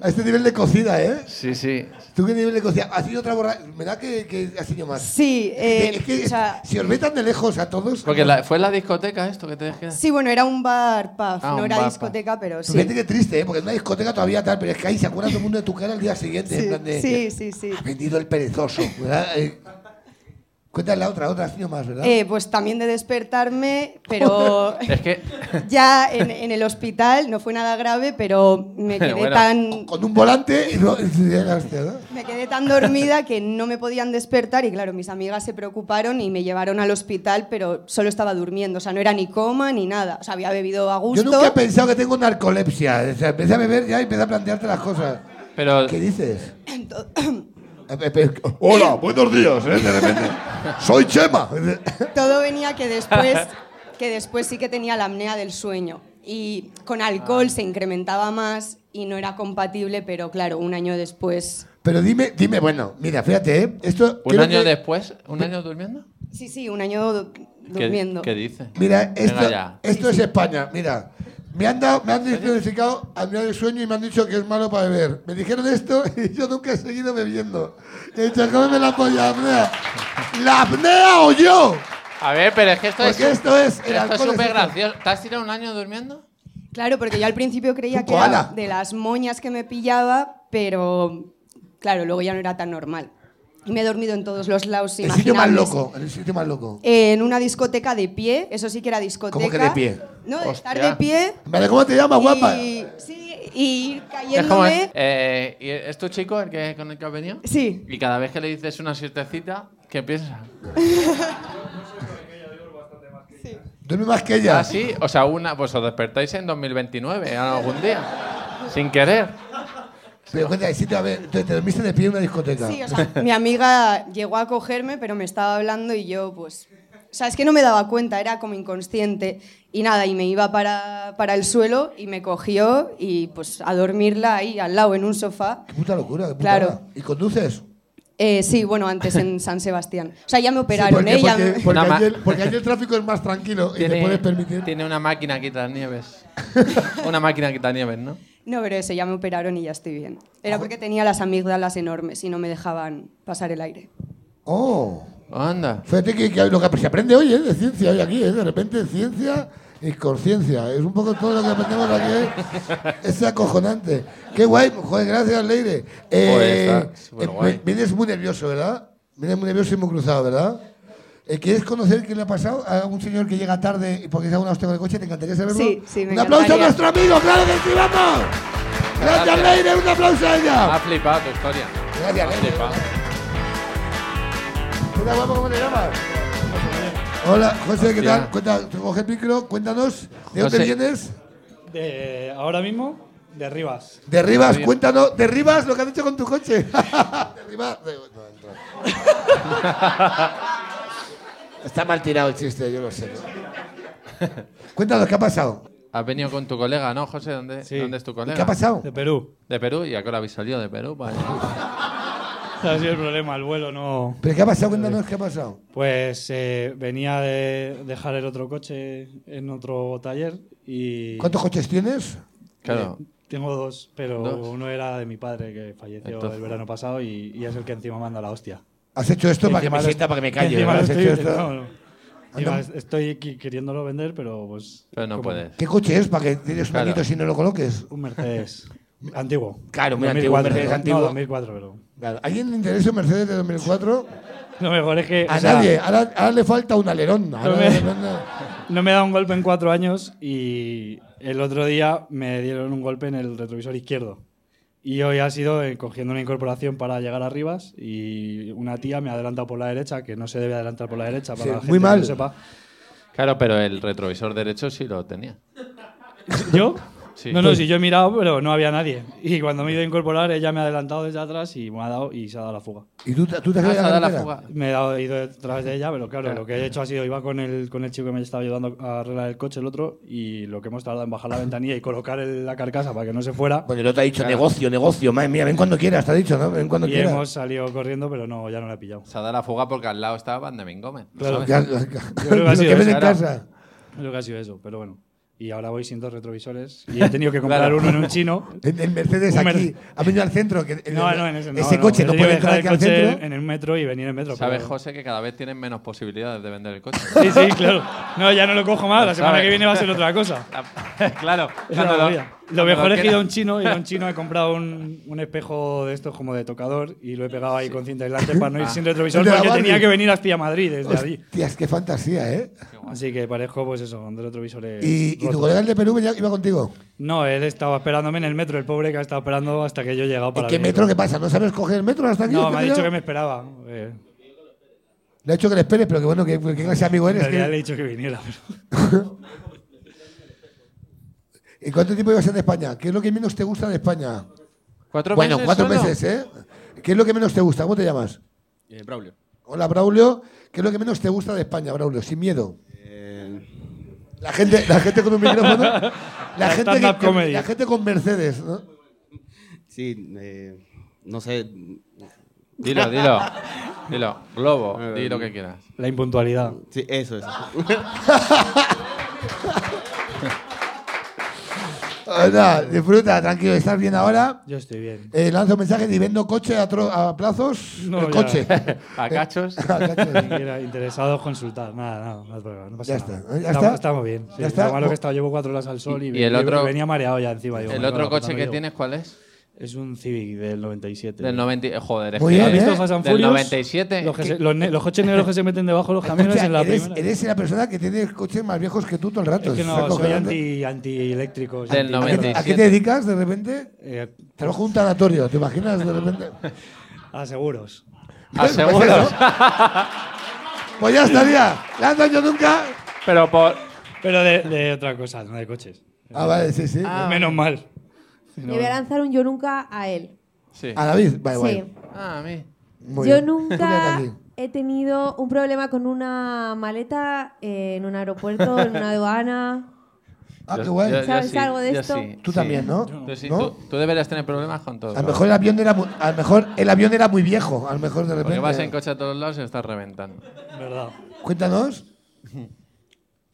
A este nivel de cocina, ¿eh?
Sí, sí.
¿Tú qué nivel de cocina? ¿Has sido otra borracha? Me da que, que has sido más.
Sí, eh,
es que
o sea,
si os ve tan de lejos a todos.
Porque la- fue en la discoteca esto que te dejé.
Sí, bueno, era un bar pub,
Ah,
no
un
era
bar pub.
discoteca, pero sí.
Fíjate que triste, ¿eh? porque en una discoteca todavía tal, pero es que ahí se acuerda todo el mundo de tu cara el día siguiente. en plan de,
Sí, sí, sí.
"Has vendido el perezoso. ¿verdad? Eh, cuéntale la otra, otra, ha sido más, ¿verdad?
Eh, pues también de despertarme, pero
Es que
ya en, en el hospital no fue nada grave, pero me quedé
Bueno.
tan
Con un volante. y no- hostia, ¿no?
me quedé tan dormida que no me podían despertar y claro, mis amigas se preocuparon y me llevaron al hospital, pero solo estaba durmiendo, o sea, no era ni coma ni nada, o sea, había bebido a gusto.
Yo nunca he pensado que tengo narcolepsia. eh, O sea, empecé a beber ya y empecé a plantearte las cosas.
Pero
¿Qué dices? Eh, eh, eh, Hola, buenos días. ¿eh? De repente, soy Chema.
Todo venía que después, que después sí que tenía la apnea del sueño. Y con alcohol se incrementaba más y no era compatible, pero claro, un año después.
Pero dime, dime, Eh, bueno, mira, fíjate, ¿eh? esto.
un
creo
año
que-
después, un año durmiendo.
Sí, sí, un año du-
¿Qué-
durmiendo.
¿Qué, dice?
Mira,
Venga
esto,
ya.
esto es España. Mira, me han dado, me han diagnosticado apnea del sueño y me han dicho que es malo para beber. Me dijeron esto y yo nunca he seguido bebiendo. He dicho, cómeme la polla, apnea. ¿La apnea o yo?
A ver, pero es que esto
Porque
es.
esto es. el
esto es
alcohol
súper
esto.
gracioso. ¿Te has tirado un año durmiendo?
Claro, porque yo al principio creía
Un
que era
koala.
de las moñas que me pillaba, pero claro, luego ya no era tan normal. Y me he dormido en todos los lados.
El sitio más
imaginables.
loco, el sitio más loco.
En una discoteca de pie, eso sí que era discoteca.
¿Cómo que de pie?
No, de estar
Hostia.
de pie.
Vale, ¿cómo te llamas, guapa?
Y, sí, y ir
Es como,
cayéndome.
eh, ¿y ¿Es tu chico el que, con el que has venido?
Sí.
Y cada vez que le dices una siestecita, ¿qué piensa?
Duerme más que ella.
Ah, sí. O sea, una, pues os despertáis en 2029, algún día. sin querer.
Pero cuenta, el sitio, a ver, entonces te dormiste de pie en una discoteca.
Sí, o sea, mi amiga llegó a cogerme, pero me estaba hablando y yo, pues. O sea, es que no me daba cuenta, era como inconsciente. Y nada, y me iba para, para el suelo y me cogió y pues a dormirla ahí al lado en un sofá.
Qué puta locura, qué puta
Claro.
hora. ¿Y conduces?
Eh, sí, bueno, antes en San Sebastián. O sea, ya me operaron,
porque-
¿eh? Ya
porque-
me-
porque
Nada
allí
más.
el- porque allí el tráfico es más tranquilo y te puedes permitir.
tiene una máquina nieves. una máquina nieves, ¿no?
No, pero eso, ya me operaron y ya estoy bien. Era porque tenía las amígdalas enormes y no me dejaban pasar el aire.
Oh.
Anda.
Fíjate que, que lo que se aprende hoy es de ciencia, hoy aquí, ¿eh? de repente ciencia y conciencia. Es un poco todo lo que aprendemos aquí. ¿eh? Es acojonante. Qué guay, joder, gracias, Leire. Eh,
Joder, Pues, está superguay.
eh, vienes muy nervioso, ¿verdad? Vienes muy nervioso y muy cruzado, ¿verdad? Eh, ¿Quieres conocer qué le ha pasado a un señor que llega tarde y porque se ha una hostia con el coche? ¿Te encantaría saberlo?
Sí, sí, me
¡Un aplauso a
encantaría.
nuestro amigo! ¡Claro que sí, vamos! ¡Gracias, Leire! ¡Un aplauso a
Ha
ella!
flipado tu historia.
Gracias,
Ha flipado.
Hola, guapo, ¿cómo te llamas? Hola, José, ¿qué
Hostia.
tal? Cuenta, coge el micro, cuéntanos, ¿de dónde
José.
vienes?
De, ahora mismo, de Rivas.
De Rivas,
Rivas.
cuéntanos, de Rivas lo que has hecho con tu coche. De Rivas, de- no, entra. Está mal tirado el chiste, yo lo sé. Cuéntanos, ¿qué ha pasado?
Has venido con tu colega, ¿no, José? ¿Dónde, ¿dónde es tu colega?
qué ha pasado?
De Perú.
De Perú, ¿y a qué hora habéis salido de Perú? Vale.
Ha sido el problema, el vuelo no.
¿Pero qué ha pasado? Cuéntanos, ¿qué ha pasado?
Pues eh, venía de dejar el otro coche en otro taller y.
¿Cuántos coches tienes?
Claro.
Eh, tengo dos, pero
Dos.
uno era de mi padre que falleció
Entonces.
el verano pasado y, y es el que encima manda la hostia.
¿Has hecho esto para que
Encima
me
lo-
sienta, para que me calle,
encima
¿no?
lo
¿Has
estoy-
hecho esto?
no, no. Encima
Anda.
es- estoy qui- queriéndolo vender, pero pues.
Pero no
como-
puedes.
¿Qué coche es para que tienes un
Claro.
añito si no lo coloques?
Un Mercedes antiguo.
Claro, muy antiguo, un Mercedes
¿no?
antiguo.
No, 2004, pero.
Claro. ¿A ¿Alguien le interesa un Mercedes ¿eh? de 2004?
Lo mejor es que.
A
o sea,
nadie. Ahora, ahora le falta un alerón. Ahora
No
le
me,
falta-
no me da un golpe en cuatro años y el otro día me dieron un golpe en el retrovisor izquierdo. Y hoy ha sido eh, cogiendo una incorporación para llegar a Rivas y una tía me ha adelantado por la derecha, que no se debe adelantar por la derecha, para
Sí,
la gente
muy
que no
mal.
sepa.
Claro, pero el retrovisor derecho sí lo tenía.
¿Yo?
Sí. Pues
No, no, si yo he mirado, pero no había nadie. Y cuando me he ido a incorporar, ella me ha adelantado desde atrás y me ha dado y se ha dado la fuga.
¿Y tú, te has
Ah, quedado se ha en la dado la carretera?
Me he dado- he ido detrás de ella, pero claro, lo que he hecho ha sido, iba con el, con el chico que me estaba ayudando a arreglar el coche, el otro, y lo que hemos tardado en bajar la ventanilla y colocar el- la carcasa para que no se fuera.
Bueno, el otro ha dicho negocio, negocio. Madre mía, ven cuando quieras, te ha dicho, ¿no? Ven cuando
y
quieras.
hemos salido corriendo, pero no, ya no la he pillado.
Se ha dado la fuga porque al lado estaba Van de Mingome.
Claro.
Ya, ya, ya. Lo que ven en casa.
Yo creo que ha sido eso, pero bueno. Y ahora voy sin dos retrovisores y he tenido que comprar uno en un chino.
En, en Mercedes,
Un
aquí.
Mercedes.
Ha venido al centro. Que, en-
Ah, No, no, en ese, no, no,
coche
he
no,
tenido
puede
que dejar
entrar aquí
el
al
coche
centro.
en el metro y venir en metro.
Sabes,
pero-
José, que cada vez tienen menos posibilidades de vender el coche.
Sí, sí, claro. No, ya no lo cojo más. La semana
¿Sabes?
que viene va a ser otra cosa.
claro.
Es una
cuando lo-
movida.
cuando
Lo mejor
lo
es que he ido a un
quieras.
chino y a un chino he comprado un, un espejo de estos como de tocador y lo he pegado ahí con cinta aislante para no ir
Ah.
sin retrovisor
El de la
porque
Barbie.
tenía que venir hasta Madrid desde allí.
Hostias, qué fantasía, ¿eh?
Así que parezco, pues eso, con dos retrovisores.
Y, y tu
rotos.
colega el de Perú venía- iba contigo.
No, él estaba esperándome en el metro, el pobre que ha estado esperando hasta que yo he llegado para.
¿Qué
venir.
metro? ¿Qué pasa? ¿No sabes coger el metro hasta aquí?
No, me ha
¿Qué te
dicho
da?
que me esperaba. eh,
Le ha dicho que le esperes, pero que bueno, que, que clase de amigo
en
eres.
realidad
que-
le he dicho que viniera. pero-
¿Y cuánto tiempo llevas en España? ¿Qué es lo que menos te gusta de España?
¿Cuatro
bueno,
meses
cuatro
solo?
meses, ¿eh? ¿Qué es lo que menos te gusta? ¿Cómo te llamas?
Eh, Braulio.
Hola, Braulio. ¿Qué es lo que menos te gusta de España, Braulio? Sin miedo. La gente, la gente con un micrófono. La,
La
gente
stand-up
que-
comedy.
la gente con Mercedes, ¿no?
Sí, eh, no sé.
Dilo, dilo. Dilo. Globo, di lo que quieras.
La impuntualidad.
Sí, eso, eso.
Anda, Ah, disfruta, tranquilo, ¿estás bien ahora?
Yo estoy bien.
Eh, lanzo mensajes y vendo coche a, tro- a plazos.
No,
el
ya.
coche.
A
cachos.
Si quiera, interesados, consultar. Nada, no, no, hay problema, no pasa
Ya está,
nada.
¿ya está?
Estamos, estamos bien.
¿Ya
sí.
está?
Lo malo que estaba, llevo cuatro horas al sol y,
¿Y el
y
otro-
venía mareado ya encima. digo,
el
"Madre,
otro
la puta,
coche
no
que
llego".
tienes cuál es?
Es un Civic del 97.
Del 90, joder, es
Muy
que-
bien,
¿Has visto
¿eh?
Fast and
Del
Furious?
97. Los, que se- los ne- los coches negros que se meten debajo de los camiones
Escucha,
en la
eres,
primera.
eres la persona que tiene coches más viejos que tú todo el rato.
Es que
¿Estás
no, soy
cojonante?
anti, anti-eléctricos.
Del
anti-
¿A qué- ¿A qué te dedicas de repente?
Eh,
Trabajo en un tanatorio, ¿te imaginas de repente?
a seguros.
A seguros.
Pues ya estaría. Lanza yo nunca.
Pero por.
Pero de, de otra cosa, no de coches.
Ah, vale, sí, sí.
Ah. Menos mal. Si
Le
no-
voy a lanzar un yo nunca a él.
Sí.
A David, vale,
Sí.
vale.
Ah, a mí.
Muy
yo
bien. Tú quédate
nunca
aquí.
he tenido un problema con una maleta eh, en un aeropuerto, en una aduana.
Ah,
Yo-
qué guay.
yo- yo
¿Sabes
sí,
algo de
yo
esto?
sí,
Tú
sí.
también, ¿no?
Tú, sí,
¿No?
tú- tú deberías tener problemas con todo.
A lo mejor el avión era, mu- a lo mejor el avión era muy viejo, a lo mejor de
Porque
repente.
vas en coche a todos lados y estás reventando.
Verdad.
Cuéntanos.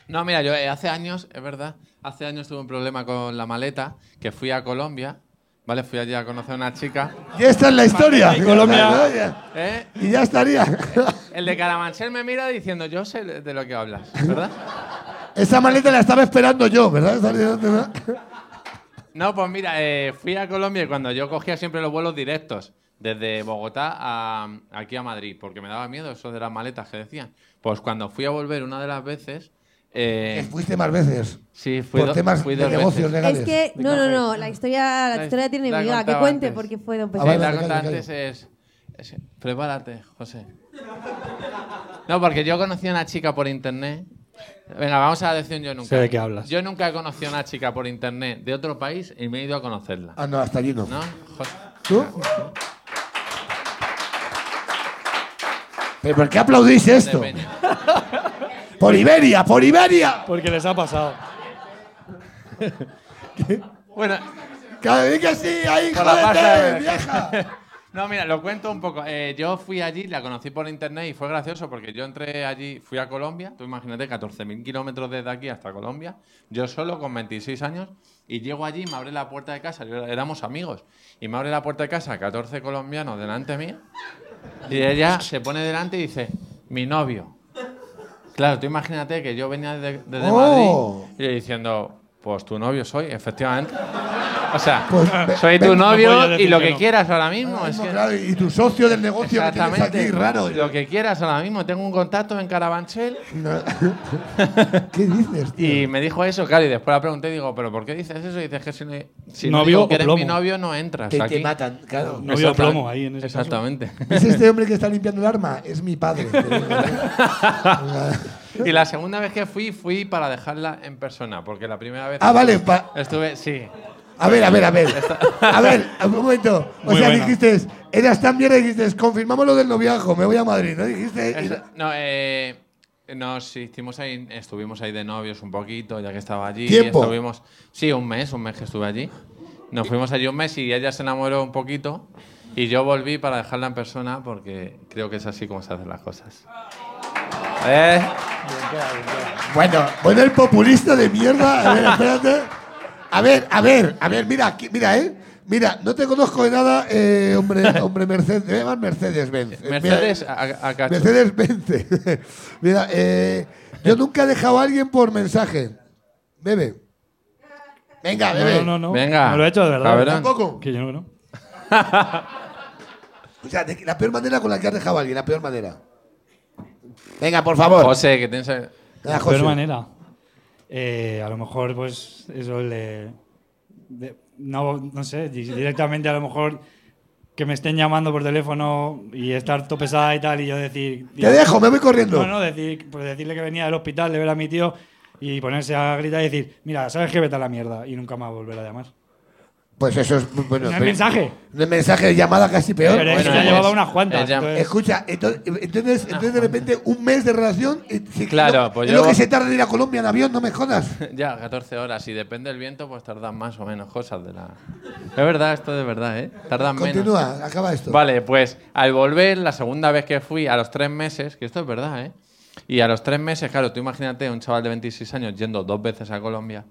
No, mira, yo eh, hace años, es verdad, hace años tuve un problema con la maleta, que fui a Colombia, ¿vale? Fui allí a conocer a una chica.
Y esta es la historia.
Vale, y Colombia.
Ya-
¿eh?
Y ya estaría.
El de Carabanchel me mira diciendo, yo sé de lo que hablas, ¿verdad?
Esa maleta la estaba esperando yo, ¿verdad? Esa maleta-
No, pues mira, eh, fui a Colombia y cuando yo cogía siempre los vuelos directos desde Bogotá a, aquí a Madrid, porque me daba miedo eso de las maletas que decían. Pues cuando fui a volver una de las veces... eh,
Fuiste más veces.
Sí, fui
Por
do-
temas
fui
de
dos veces.
negocios legales.
Es que,
De
no, no,
café.
no, la historia, la
La-
historia tiene
la
mi
he
vida, que
contado
cuente
antes.
porque fue don
Ah,
Sí,
vale,
Pedro.
la
me callo,
cosa
me callo.
antes es, es- Prepárate, José. No, porque yo conocí a una chica por internet. Venga, vamos a decir un yo nunca.
Sé de qué hablas.
Yo nunca he conocido a una chica por internet de otro país y me he ido a conocerla.
Ah, no, hasta allí no.
¿No? José.
¿Tú? ¿Pero por qué aplaudís esto?
De peña.
Por Iberia, por Iberia.
Porque les ha pasado.
Bueno,
Cada vez que sí, ahí,
por la pasta
jódete,
de-
vieja.
No, mira, lo cuento un poco. Eh, yo fui allí, la conocí por internet y fue gracioso porque yo entré allí, fui a Colombia, tú imagínate, 14.000 kilómetros desde aquí hasta Colombia, yo solo con 26 años, y llego allí, me abre la puerta de casa, yo- éramos amigos, y me abre la puerta de casa 14 colombianos delante mía, y ella se pone delante y dice, mi novio. Claro, tú imagínate que yo venía de- desde
Oh.
Madrid y yo diciendo, pues tu novio soy, efectivamente. O sea,
Pues, ve-
soy
ve-
tu
no
podía
novio
decir
y lo
que
que
no.
quieras ahora mismo.
Ahora
es
mismo,
que-
claro, y tu socio del negocio que tienes
Exactamente.
aquí, raro. eh.
Lo que quieras ahora mismo. Tengo un contacto en Carabanchel
No. ¿Qué dices, tío?
y me dijo eso, claro. Y después la pregunté y digo, ¿pero por qué dices eso? Y dices que si no, si no
Novio
digo
o
que eres mi
plomo.
novio, no entras.
Que
aquí.
te matan, claro.
No vio
Exactamente.
plomo ahí en ese caso.
Exactamente.
¿Es este hombre que está limpiando el arma? Es mi padre. te digo, ¿eh?
y la segunda vez que fui, fui para dejarla en persona. Porque la primera vez.
Ah, vale, pa-
Estuve, sí.
A ver, a ver, a ver. A ver, un momento. O
Muy
sea,
buena.
dijiste, eras tan mierda, dijiste, confirmamos lo del noviajo, me voy a Madrid, ¿no? Dijiste. y-
Eso- no, eh, nos hicimos ahí, estuvimos ahí de novios un poquito, ya que estaba allí.
¿Tiempo?
Estuvimos, sí, un mes, un mes que estuve allí. Nos fuimos allí un mes y ella se enamoró un poquito y yo volví para dejarla en persona porque creo que es así como se hacen las cosas. ¿Eh?
Bueno, bueno, el populista de mierda. A ver, espérate. A ver, a ver, a ver, mira, aquí, mira, ¿eh? Mira, no te conozco de nada, eh, hombre, hombre Mercedes. Me llaman Mercedes Benz.
Mercedes
Eh, Mira,
a, a- a cacho.
Mercedes Benz. mira, eh, yo nunca he dejado a alguien por mensaje. Bebe. Venga, bebe.
No, no, no.
Venga,
No lo he hecho de verdad.
cabrón.
Tampoco.
Que yo no, no.
O sea, de- la peor manera con la que has dejado a alguien, la peor manera. Venga, por favor.
José, que tienes...
Ah,
De
José.
peor manera. Eh, a lo mejor, pues, eso le. de- no, no sé, di- directamente a lo mejor que me estén llamando por teléfono y estar topesada y tal, y yo decir.
Te dejo, me voy corriendo.
No, no, decir, pues decirle que venía del hospital de ver a mi tío y ponerse a gritar y decir, mira, ¿sabes qué? Vete a la mierda y nunca más volver a llamar.
Pues eso es. Bueno,
No es
pero-
mensaje.
No es mensaje de llamada casi peor.
Pero es que
Bueno,
ya
es-
llevaba unas cuantas.
es ya-
entonces-
Escucha, entonces, entonces, entonces de repente un mes de relación. y si-
Claro,
no,
pues
es
yo-
lo que se tarda en ir a Colombia en avión, no me jodas.
Ya, 14 horas. Y depende del viento, pues tardan más o menos cosas de la... Es verdad, esto de verdad, ¿eh? Tardan menos.
Continúa, acaba esto.
Vale, pues al volver, la segunda vez que fui, a los tres meses, que esto es verdad, ¿eh? Y a los tres meses, claro, tú imagínate un chaval de 26 años yendo dos veces a Colombia.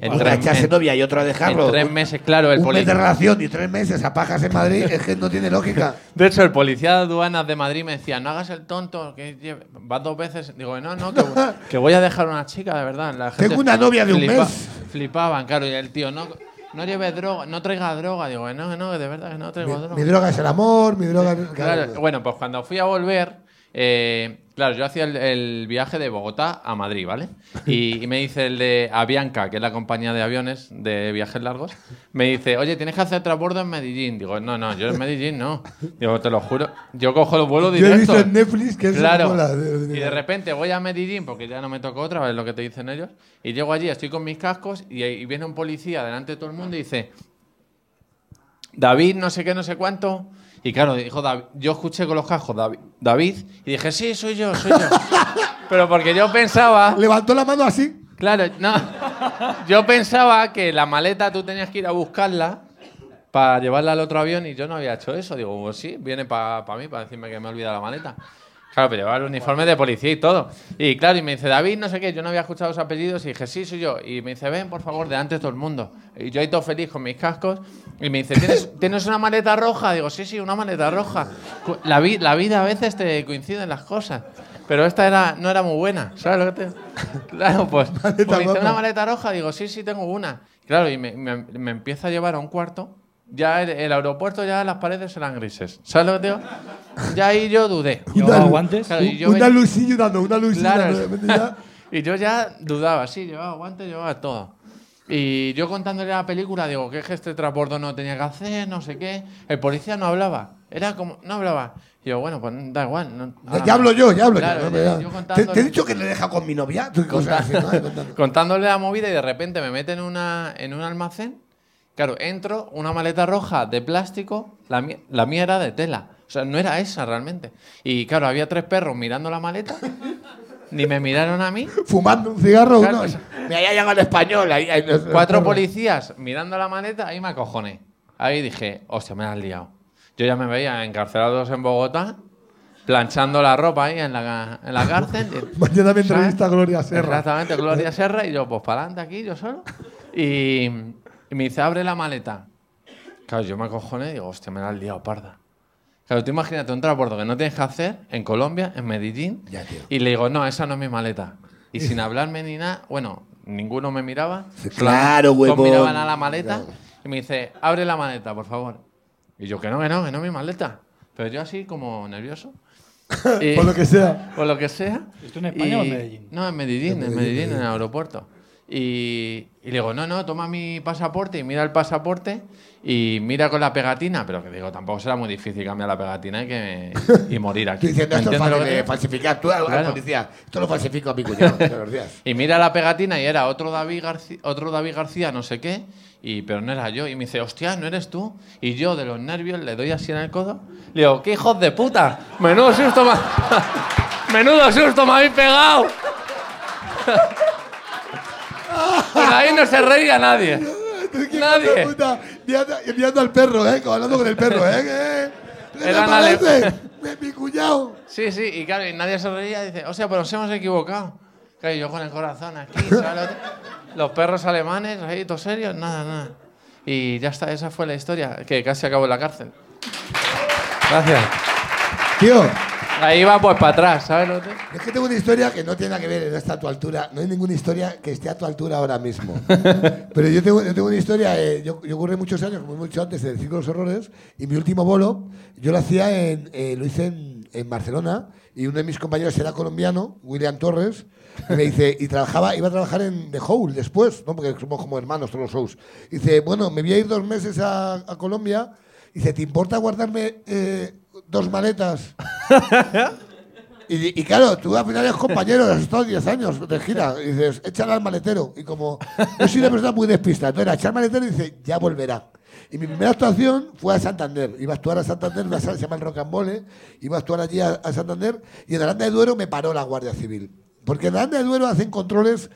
En
Una
tres
echarse
mes-
novia y otra dejarlo.
En tres meses, claro, el
Un mes de
político.
relación y tres meses a pajas en Madrid es que no tiene lógica.
De hecho, el policía de aduanas de Madrid me decía, no hagas el tonto, que lle- vas dos veces. Digo, no, no, que, que voy a dejar una chica, de verdad. La gente
Tengo una novia de un mes.
Flipaban, claro, y el tío, no, no lleves droga, no traigas droga. Digo, no, que no, que de verdad que no traigo droga.
Mi droga es el amor, mi droga es...
Claro, bueno, pues cuando fui a volver, eh, claro, yo hacía el, el viaje de Bogotá a Madrid, ¿vale? Y, y me dice el de Avianca, que es la compañía de aviones de viajes largos, me dice, oye, tienes que hacer transbordo en Medellín. Digo, no, no, yo en Medellín no. Digo, te lo juro, yo cojo los vuelos
Yo he
directos.
visto en Netflix que eso
claro.
mola.
Y de repente voy a Medellín, porque ya no me tocó otra vez lo que te dicen ellos, y llego allí, estoy con mis cascos, y, y viene un policía delante de todo el mundo y dice, David, no sé qué, no sé cuánto. Y claro, dijo David, yo escuché con los cascos David, David, y dije, sí, soy yo, soy yo. Pero porque yo pensaba...
Levantó la mano así.
Claro, no. Yo pensaba que la maleta tú tenías que ir a buscarla para llevarla al otro avión y yo no había hecho eso. Digo, pues sí, viene para mí, para decirme que me he olvidado la maleta. Claro, pero llevaba el uniforme de policía y todo. Y claro, y me dice, David, no sé qué, yo no había escuchado los apellidos y dije, sí, soy yo. Y me dice, ven, por favor, delante de todo el mundo. Y yo ahí todo feliz con mis cascos. Y me dice, ¿tienes, ¿tienes una maleta roja? Digo, sí, sí, una maleta roja. Cu- La, vi- la vida a veces te coinciden las cosas. Pero esta era, no era muy buena, ¿sabes lo que te...? Claro, pues, pues me dice,
roja.
una maleta roja. Digo, sí, sí, tengo una. Claro, y me, me- me empieza a llevar a un cuarto. Ya el, el aeropuerto, ya las paredes eran grises. ¿Sabes lo que te digo? Ya ahí yo dudé. Claro, y yo
una
venía-
luz y dando, una luz y
Claro.
dando, de repente ya-
y yo ya dudaba, sí, llevaba guantes, llevaba todo. Y yo contándole la película, digo, que es que este transbordo no tenía que hacer, no sé qué. El policía no hablaba, era como, no hablaba. Y yo, bueno, pues da igual. no-
Ya,
ahora
ya
no".
hablo yo, ya hablo
Claro,
yo. hombre, ya.
yo
¿Te,
contándole-
te he dicho que le deja con mi novia? Tú, cosas así, ¿no?
contándole la movida y de repente me meten en, una, en un almacén. Claro, entro, una maleta roja de plástico, la, mía- la mía era de tela. O sea, no era esa realmente. Y claro, había tres perros mirando la maleta, ni me miraron a mí.
Fumando un cigarro
Claro,
uno.
o sea,
Me haya llegado el español. ahí- ahí-
Cuatro policías mirando la maleta, ahí me acojoné. Ahí dije, hostia, me la has liado. Yo ya me veía encarcelados en Bogotá, planchando la ropa ahí en la, en la cárcel.
Mañana me entrevista Gloria Serra.
Exactamente, Gloria Serra. Y yo, pues para adelante aquí, yo solo. Y, y me dice, abre la maleta. Claro, yo me acojoné y digo, hostia, me la has liado, parda. Claro, tú imagínate un transbordo que no tienes que hacer en Colombia, en Medellín. Y le digo, no, esa no es mi maleta. Y sin hablarme ni nada, bueno, ninguno me miraba.
Claro,
Todos
huevón.
miraban a la maleta y me dice, abre la maleta, por favor. Y yo, que no, que no, que no es mi maleta. Pero yo así, como nervioso. Y-
Por lo que sea.
Por lo que sea.
¿Esto en España o en
Y-
Medellín?
No, en Medellín, en
En
Medellín,
Medellín,
en el aeropuerto. Y, y le digo, no, no, toma mi pasaporte y mira el pasaporte y mira con la pegatina. Pero que digo, tampoco será muy difícil cambiar la pegatina y, que me- y morir aquí.
Estoy diciendo, esto es
¿Entiendes lo
fácil
que
de
digo?
falsificar. Tú al- al
Claro.
policía. Esto lo falsifico a mi cuñado todos los días.
Y mira la pegatina y era otro David García, otro David García no sé qué, y, pero no era yo. Y me dice, hostia, ¿no eres tú? Y yo, de los nervios, le doy así en el codo. Le digo, ¿qué hijos de puta? Menudo susto me, Menudo susto me habéis pegado.
¡Ah!
Pero ahí no se reía nadie. Nadie.
Mirando, mirando al perro, ¿eh? Hablando con el perro, ¿eh? ¿Qué? ¿Qué te
Eran
parece? este, Mi cuñado.
Sí, sí, y claro, y nadie se reía. Dice, o sea, pero nos hemos equivocado. Claro, y yo con el corazón aquí, ¿sabes? lo que- Los perros alemanes, ahí, todos serios, nada, nada. Y ya está, esa fue la historia, que casi acabó en la cárcel. Gracias.
Tío.
Ahí va pues para atrás, ¿sabes? lo que te-
Es que tengo una historia que no tiene nada que ver, no está a tu altura. No hay ninguna historia que esté a tu altura ahora mismo. Pero yo tengo, yo tengo una historia, eh, yo, yo ocurrí muchos años, como he dicho antes, en el Círculo de los Horrores, y mi último bolo yo lo hacía en, eh, lo hice en, en Barcelona, y uno de mis compañeros era colombiano, William Torres, y me dice, y trabajaba, iba a trabajar en The Hole después, ¿no? porque somos como hermanos todos los shows. Y dice, bueno, me voy a ir dos meses a, a Colombia, y dice, ¿te importa guardarme eh, dos maletas? Y, y claro, tú al final eres compañero, has estado 10 años de gira, y dices, échala al maletero. Y como yo soy una persona muy despista, entonces la eché al maletero y dice, ya volverá. Y mi primera actuación fue a Santander. Iba a actuar a Santander, una sala que se llama el Rocambole, ¿eh? iba a actuar allí a, a Santander, y en Aranda de Duero me paró la Guardia Civil. Porque en Aranda de Duero hacen controles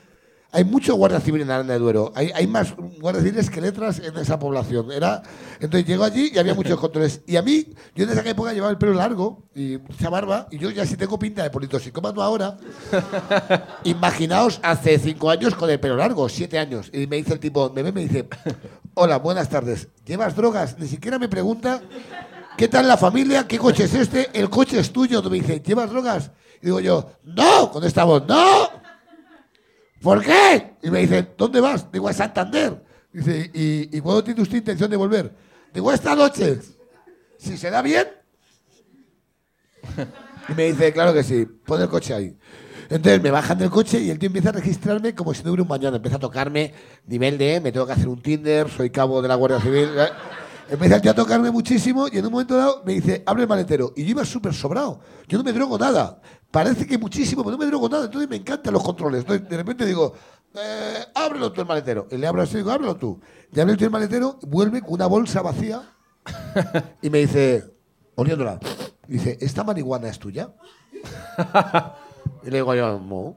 Hay mucho guardia civil en Aranda de Duero. Hay, hay más guardias civiles que letras en esa población. Era, entonces llego allí y había muchos controles. Y a mí, yo desde aquella época llevaba el pelo largo y mucha barba. Y yo ya sí tengo pinta de politoxicómano ahora. Imaginaos hace cinco años con el pelo largo, siete años. Y me dice el tipo, me ve y me dice, hola, buenas tardes. ¿Llevas drogas? Ni siquiera me pregunta ¿Qué tal la familia? ¿Qué coche es este? El coche es tuyo. Me dice, ¿llevas drogas? Y digo yo, no, con esta voz, no. ¿Por qué? Y me dice, ¿dónde vas? Digo, a Santander. Dice, ¿y, y cuándo tiene usted intención de volver? Digo, esta noche. Si se da bien. Y me dice, claro que sí, pon el coche ahí. Entonces me bajan del coche y el tío empieza a registrarme como si no hubiera un mañana. Empieza a tocarme nivel de, me tengo que hacer un Tinder, soy cabo de la Guardia Civil. eh, Empieza el tío a tocarme muchísimo y en un momento dado me dice, abre el maletero. Y yo iba súper sobrado. Yo no me drogo nada. Parece que muchísimo, pero no me drogo nada. Entonces me encantan los controles. Entonces de repente digo, "Eh, ábrelo tú el maletero. Y le abro así y digo, ábrelo tú. Le abre el tío el maletero, vuelve con una bolsa vacía y me dice, oliéndola, dice, ¿esta marihuana es tuya? Y le digo yo, no.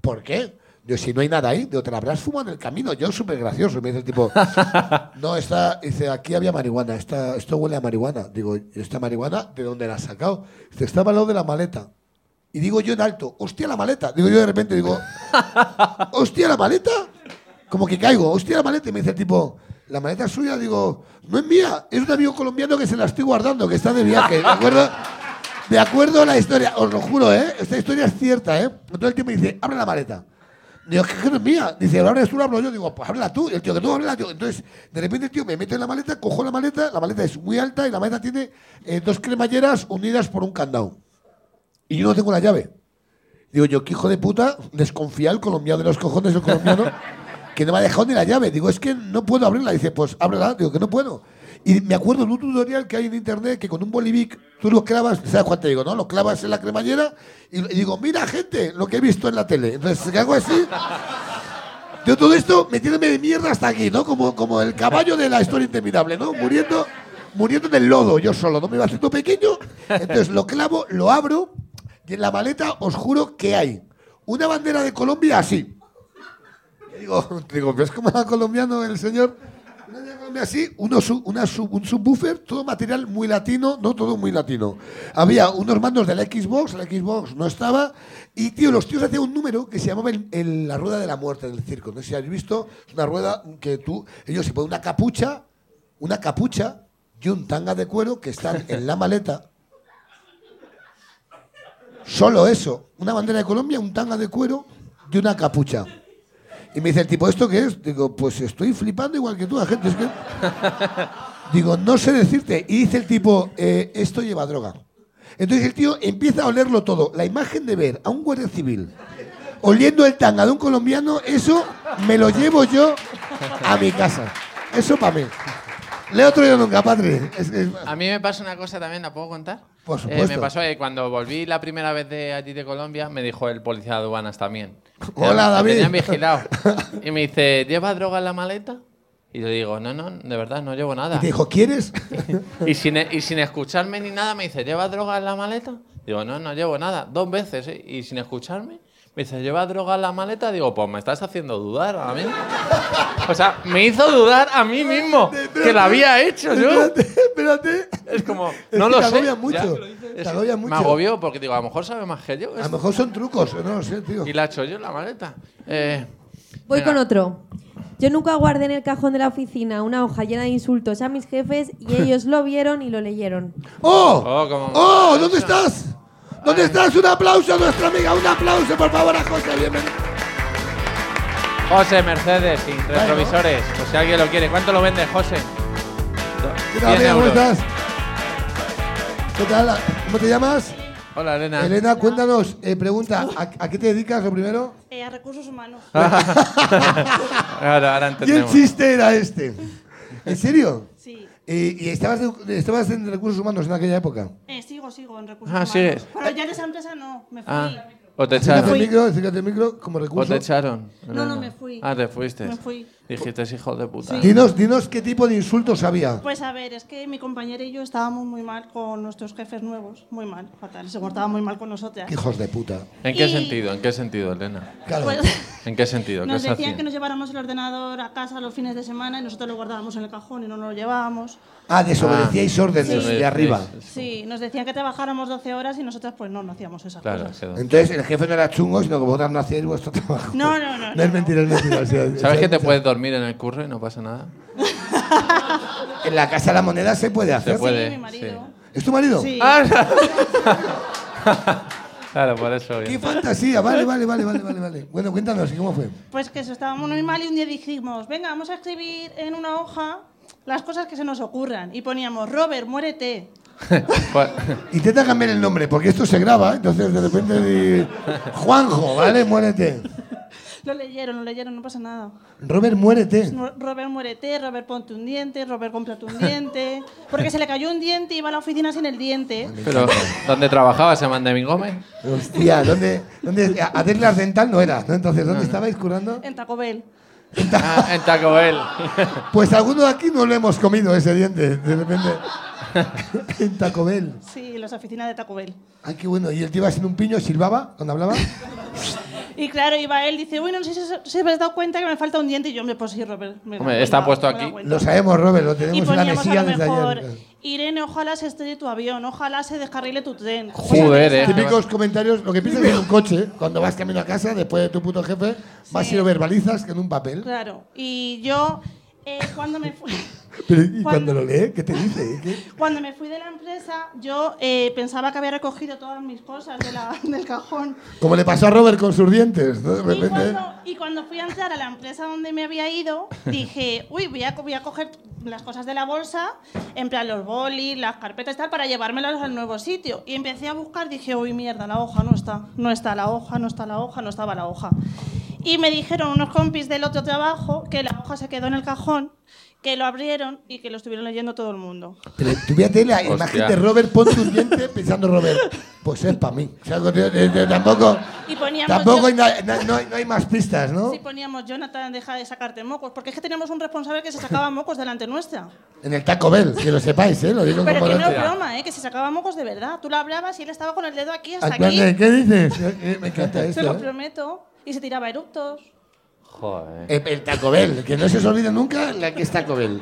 ¿Por qué? Digo, si no hay nada ahí, digo, te la habrás fumado en el camino. Yo, súper gracioso. Y me dice el tipo, no, está, dice, aquí había marihuana, esta- esto huele a marihuana. Digo, ¿y esta marihuana de dónde la has sacado? Dice, estaba al lado de la maleta. Y digo yo en alto, hostia la maleta. Digo yo de repente, digo, hostia la maleta. Como que caigo, hostia la maleta. Y me dice el tipo, la maleta es suya. Digo, no es mía, es un amigo colombiano que se la estoy guardando, que está de viaje. ¿De acuerdo? De acuerdo a la historia, os lo juro, ¿eh? Esta historia es cierta, ¿eh? Entonces el tío me dice, abre la maleta. Digo, que que no es mía. Dice, ¿la abres tú, la abro yo. Digo, pues ábrela tú. Y el tío, que tú ábrela yo. Entonces, de repente el tío me mete en la maleta, cojo la maleta, la maleta es muy alta y la maleta tiene eh, dos cremalleras unidas por un candado. Y yo no tengo la llave. Digo yo, que hijo de puta, desconfía el colombiano de los cojones, el colombiano, que no me ha dejado ni la llave. Digo, es que no puedo abrirla. Dice, pues ábrela. Digo, que no puedo. Y me acuerdo de un tutorial que hay en internet que con un bolivic tú lo clavas, ¿sabes cuánto te digo, no? Lo clavas en la cremallera y, y digo, mira, gente, lo que he visto en la tele. Entonces, ¿qué hago así? Yo todo esto metiéndome de mierda hasta aquí, ¿no? Como, como el caballo de la historia interminable, ¿no? Muriendo, muriendo en el lodo, yo solo, ¿no? Me iba haciendo pequeño. Entonces lo clavo, lo abro y en la maleta os juro que hay una bandera de Colombia así. Y digo, digo, ¿ves cómo era colombiano el señor? Una bandera de Colombia Así, uno su- una sub- un subwoofer, todo material muy latino, no todo muy latino. Había unos mandos de la Xbox, la Xbox no estaba, y tío, los tíos hacían un número que se llamaba el- el- la rueda de la muerte del circo. No sé si habéis visto, es una rueda que tú, ellos se ponen una capucha, una capucha y un tanga de cuero que están en la maleta. Solo eso. Una bandera de Colombia, un tanga de cuero y una capucha. Y me dice el tipo, ¿esto qué es? Digo, pues estoy flipando igual que tú, la gente. Es que... Digo, no sé decirte. Y dice el tipo, eh, esto lleva droga. Entonces el tío empieza a olerlo todo. La imagen de ver a un guardia civil oliendo el tanga de un colombiano, eso me lo llevo yo a mi casa. Eso para mí. Leo otro yo nunca, padre. Es que-
A mí me pasa una cosa también, ¿la puedo contar?
Por
Eh,
supuesto.
me pasó eh, cuando volví la primera vez de allí de Colombia, me dijo el policía de aduanas también.
Hola,
Me
David.
tenían vigilado. Y me dice, ¿lleva droga en la maleta? Y yo digo, no, no, de verdad, no llevo nada.
Y te dijo, ¿quieres?
Y sin, y sin escucharme ni nada me dice, ¿llevas droga en la maleta? Digo, no, no llevo nada. Dos veces, ¿eh? Y sin escucharme, me dice, ¿llevas droga en la maleta? Digo, pues me estás haciendo dudar a mí. O sea, me hizo dudar a mí mismo, que lo había hecho yo.
Espérate, espérate.
Es como,
Es
no
que
lo
te
sé.
agobia mucho,
ya.
te
Es-
agobia mucho.
Me agobió porque digo, a lo mejor sabe más que yo.
A lo mejor son trucos, no lo sé, tío.
Y la he hecho yo en la maleta. Eh,
Voy
venga.
con otro. Yo nunca guardé en el cajón de la oficina una hoja llena de insultos a mis jefes y ellos lo vieron y lo leyeron.
¡Oh!
¡Oh! como-
¡Oh! ¿Dónde estás? ¿Dónde estás? Un aplauso a nuestra amiga, un aplauso por favor a José, bienvenido.
José Mercedes, sin retrovisores. O si alguien lo quiere. ¿Cuánto lo vende, José?
¿Qué tal,
100
amiga? ¿Cómo
euros.
estás? ¿Qué tal? ¿Cómo te llamas?
Hola, Elena.
Elena, cuéntanos, eh, pregunta, ¿a, a qué te dedicas lo primero?
Eh, a recursos humanos.
ahora, ahora
¿Y el
entendemos.
chiste era este? ¿En serio? Eh,
Sí.
¿Y, y estabas, de- estabas en recursos humanos en aquella época?
Eh, sigo, sigo en recursos
Ah,
humanos.
sigues.
Pero ya de esa empresa no, me fui.
Ah. ¿O te
Acércate al
echaron?
micro, acércate al micro como recurso.
¿O te echaron?
No, no, me fui.
Ah, te fuiste.
Me fui.
Dijiste, hijo de puta.
Dinos, dinos qué tipo de insultos había.
Pues a ver, es que mi compañera y yo estábamos muy mal con nuestros jefes nuevos, muy mal, fatal, se portaba muy mal con nosotras.
Hijos de puta.
¿En qué
Y-
sentido? ¿En qué sentido, Elena?
Claro. Pues-
¿En qué sentido? ¿Qué
Nos
se
decían
hacían?
que nos lleváramos el ordenador a casa los fines de semana y nosotros lo guardábamos en el cajón y no nos lo llevábamos.
Ah, desobedecíais
Ah,
órdenes
sí.
de arriba.
Sí, nos decían que trabajáramos 12 horas y nosotras pues no, no hacíamos esas cosas.
Entonces el jefe no era chungo, sino que vosotros no hacíais vuestro trabajo.
No, no, no,
No es mentira, es mentira. o sea,
¿Sabes
o
que
sea,
te puedes dormir en el curro y no pasa nada?
En la casa de la moneda se puede hacer.
Se puede. Ah, Sí,
¿Es tu marido?
Sí.
Claro, por eso.
Qué
bien.
fantasía. Vale, vale, vale, vale, vale, vale. Bueno, cuéntanos, ¿y ¿cómo fue?
Pues que eso, estábamos muy mal y un día dijimos, venga, vamos a escribir en una hoja las cosas que se nos ocurran. Y poníamos, Robert, muérete.
Intenta cambiar el nombre, porque esto se graba, ¿eh? entonces de repente di- Juanjo, ¿vale? Muérete.
Lo leyeron, lo leyeron, no pasa nada.
Robert, muérete.
Mu- Robert, muérete, Robert, ponte un diente, Robert, cómprate un diente. Porque se le cayó un diente y iba a la oficina sin el diente.
Pero, ¿dónde trabajabas, Amanda Gómez?
Hostia, ¿dónde? dónde a a Teclas Dental no era, ¿no? Entonces, ¿dónde estabais curando?
En Taco Bell.
Ah, en Taco Bell.
Pues alguno de aquí no lo hemos comido ese diente, de repente. en Taco Bell.
Sí, en las oficinas de Taco Bell.
Ay, qué bueno. ¿Y él te iba haciendo un piño, silbaba cuando hablaba?
Y claro, iba él, dice, bueno, no sé si os- si os habéis dado cuenta que me falta un diente. Y yo, hombre, pues sí, Robert. me he dado
Hombre, está
cuenta,
puesto
me he dado
aquí.
cuenta".
Lo sabemos, Robert, lo
Y
tenemos en la
poníamos a
mesilla
lo
desde
mejor,
ayer.
Irene, ojalá se estrelle tu avión, ojalá se descarrile tu tren.
Joder, eh.
Típicos comentarios, lo que piensas en un coche, cuando vas camino a casa, después de tu puto jefe, más si lo verbalizas que en un papel.
Claro. Y yo, eh, cuando, me fui,
Pero, ¿Y cuando lo lee? ¿Qué te dice? ¿Qué?
cuando me fui de la empresa, yo eh, pensaba que había recogido todas mis cosas de la- del cajón.
Como le pasó a Robert con sus dientes, ¿no? De
Y
repente.
cuando, y cuando fui a entrar a la empresa donde me había ido, dije, uy, voy a, co- voy a coger las cosas de la bolsa, en plan los bolis, las carpetas y tal, para llevármelas al nuevo sitio. Y empecé a buscar, dije, uy, mierda, la hoja no está, no está la hoja, no está la hoja, no estaba la hoja. Y me dijeron unos compis del otro trabajo que la hoja se quedó en el cajón, que lo abrieron y que lo estuvieron leyendo todo el mundo.
Pero tú fíjate la imagen de Robert, ponte un diente pensando, Robert, pues es para mí. O sea, no- no- no- tampoco
Y poníamos...
tampoco
yo-
hay, na- na- no, hay- no hay más pistas, ¿no?
Sí, poníamos, Jonathan, deja de sacarte mocos, porque es que teníamos un responsable que se sacaba mocos delante nuestra.
En el Taco Bell, que lo sepáis, ¿eh? Lo digo
Pero
como
que no es
noticia.
broma, ¿eh? que se sacaba mocos de verdad. Tú lo hablabas y él estaba con el dedo aquí hasta
En plan
aquí.
de, Ah, ¿Qué dices? Eh, Me encanta
Se
esto.
lo
¿eh?
prometo. Y se tiraba eructos.
Joder.
El, el Taco Bell, que no se os olvide nunca la que es Taco Bell.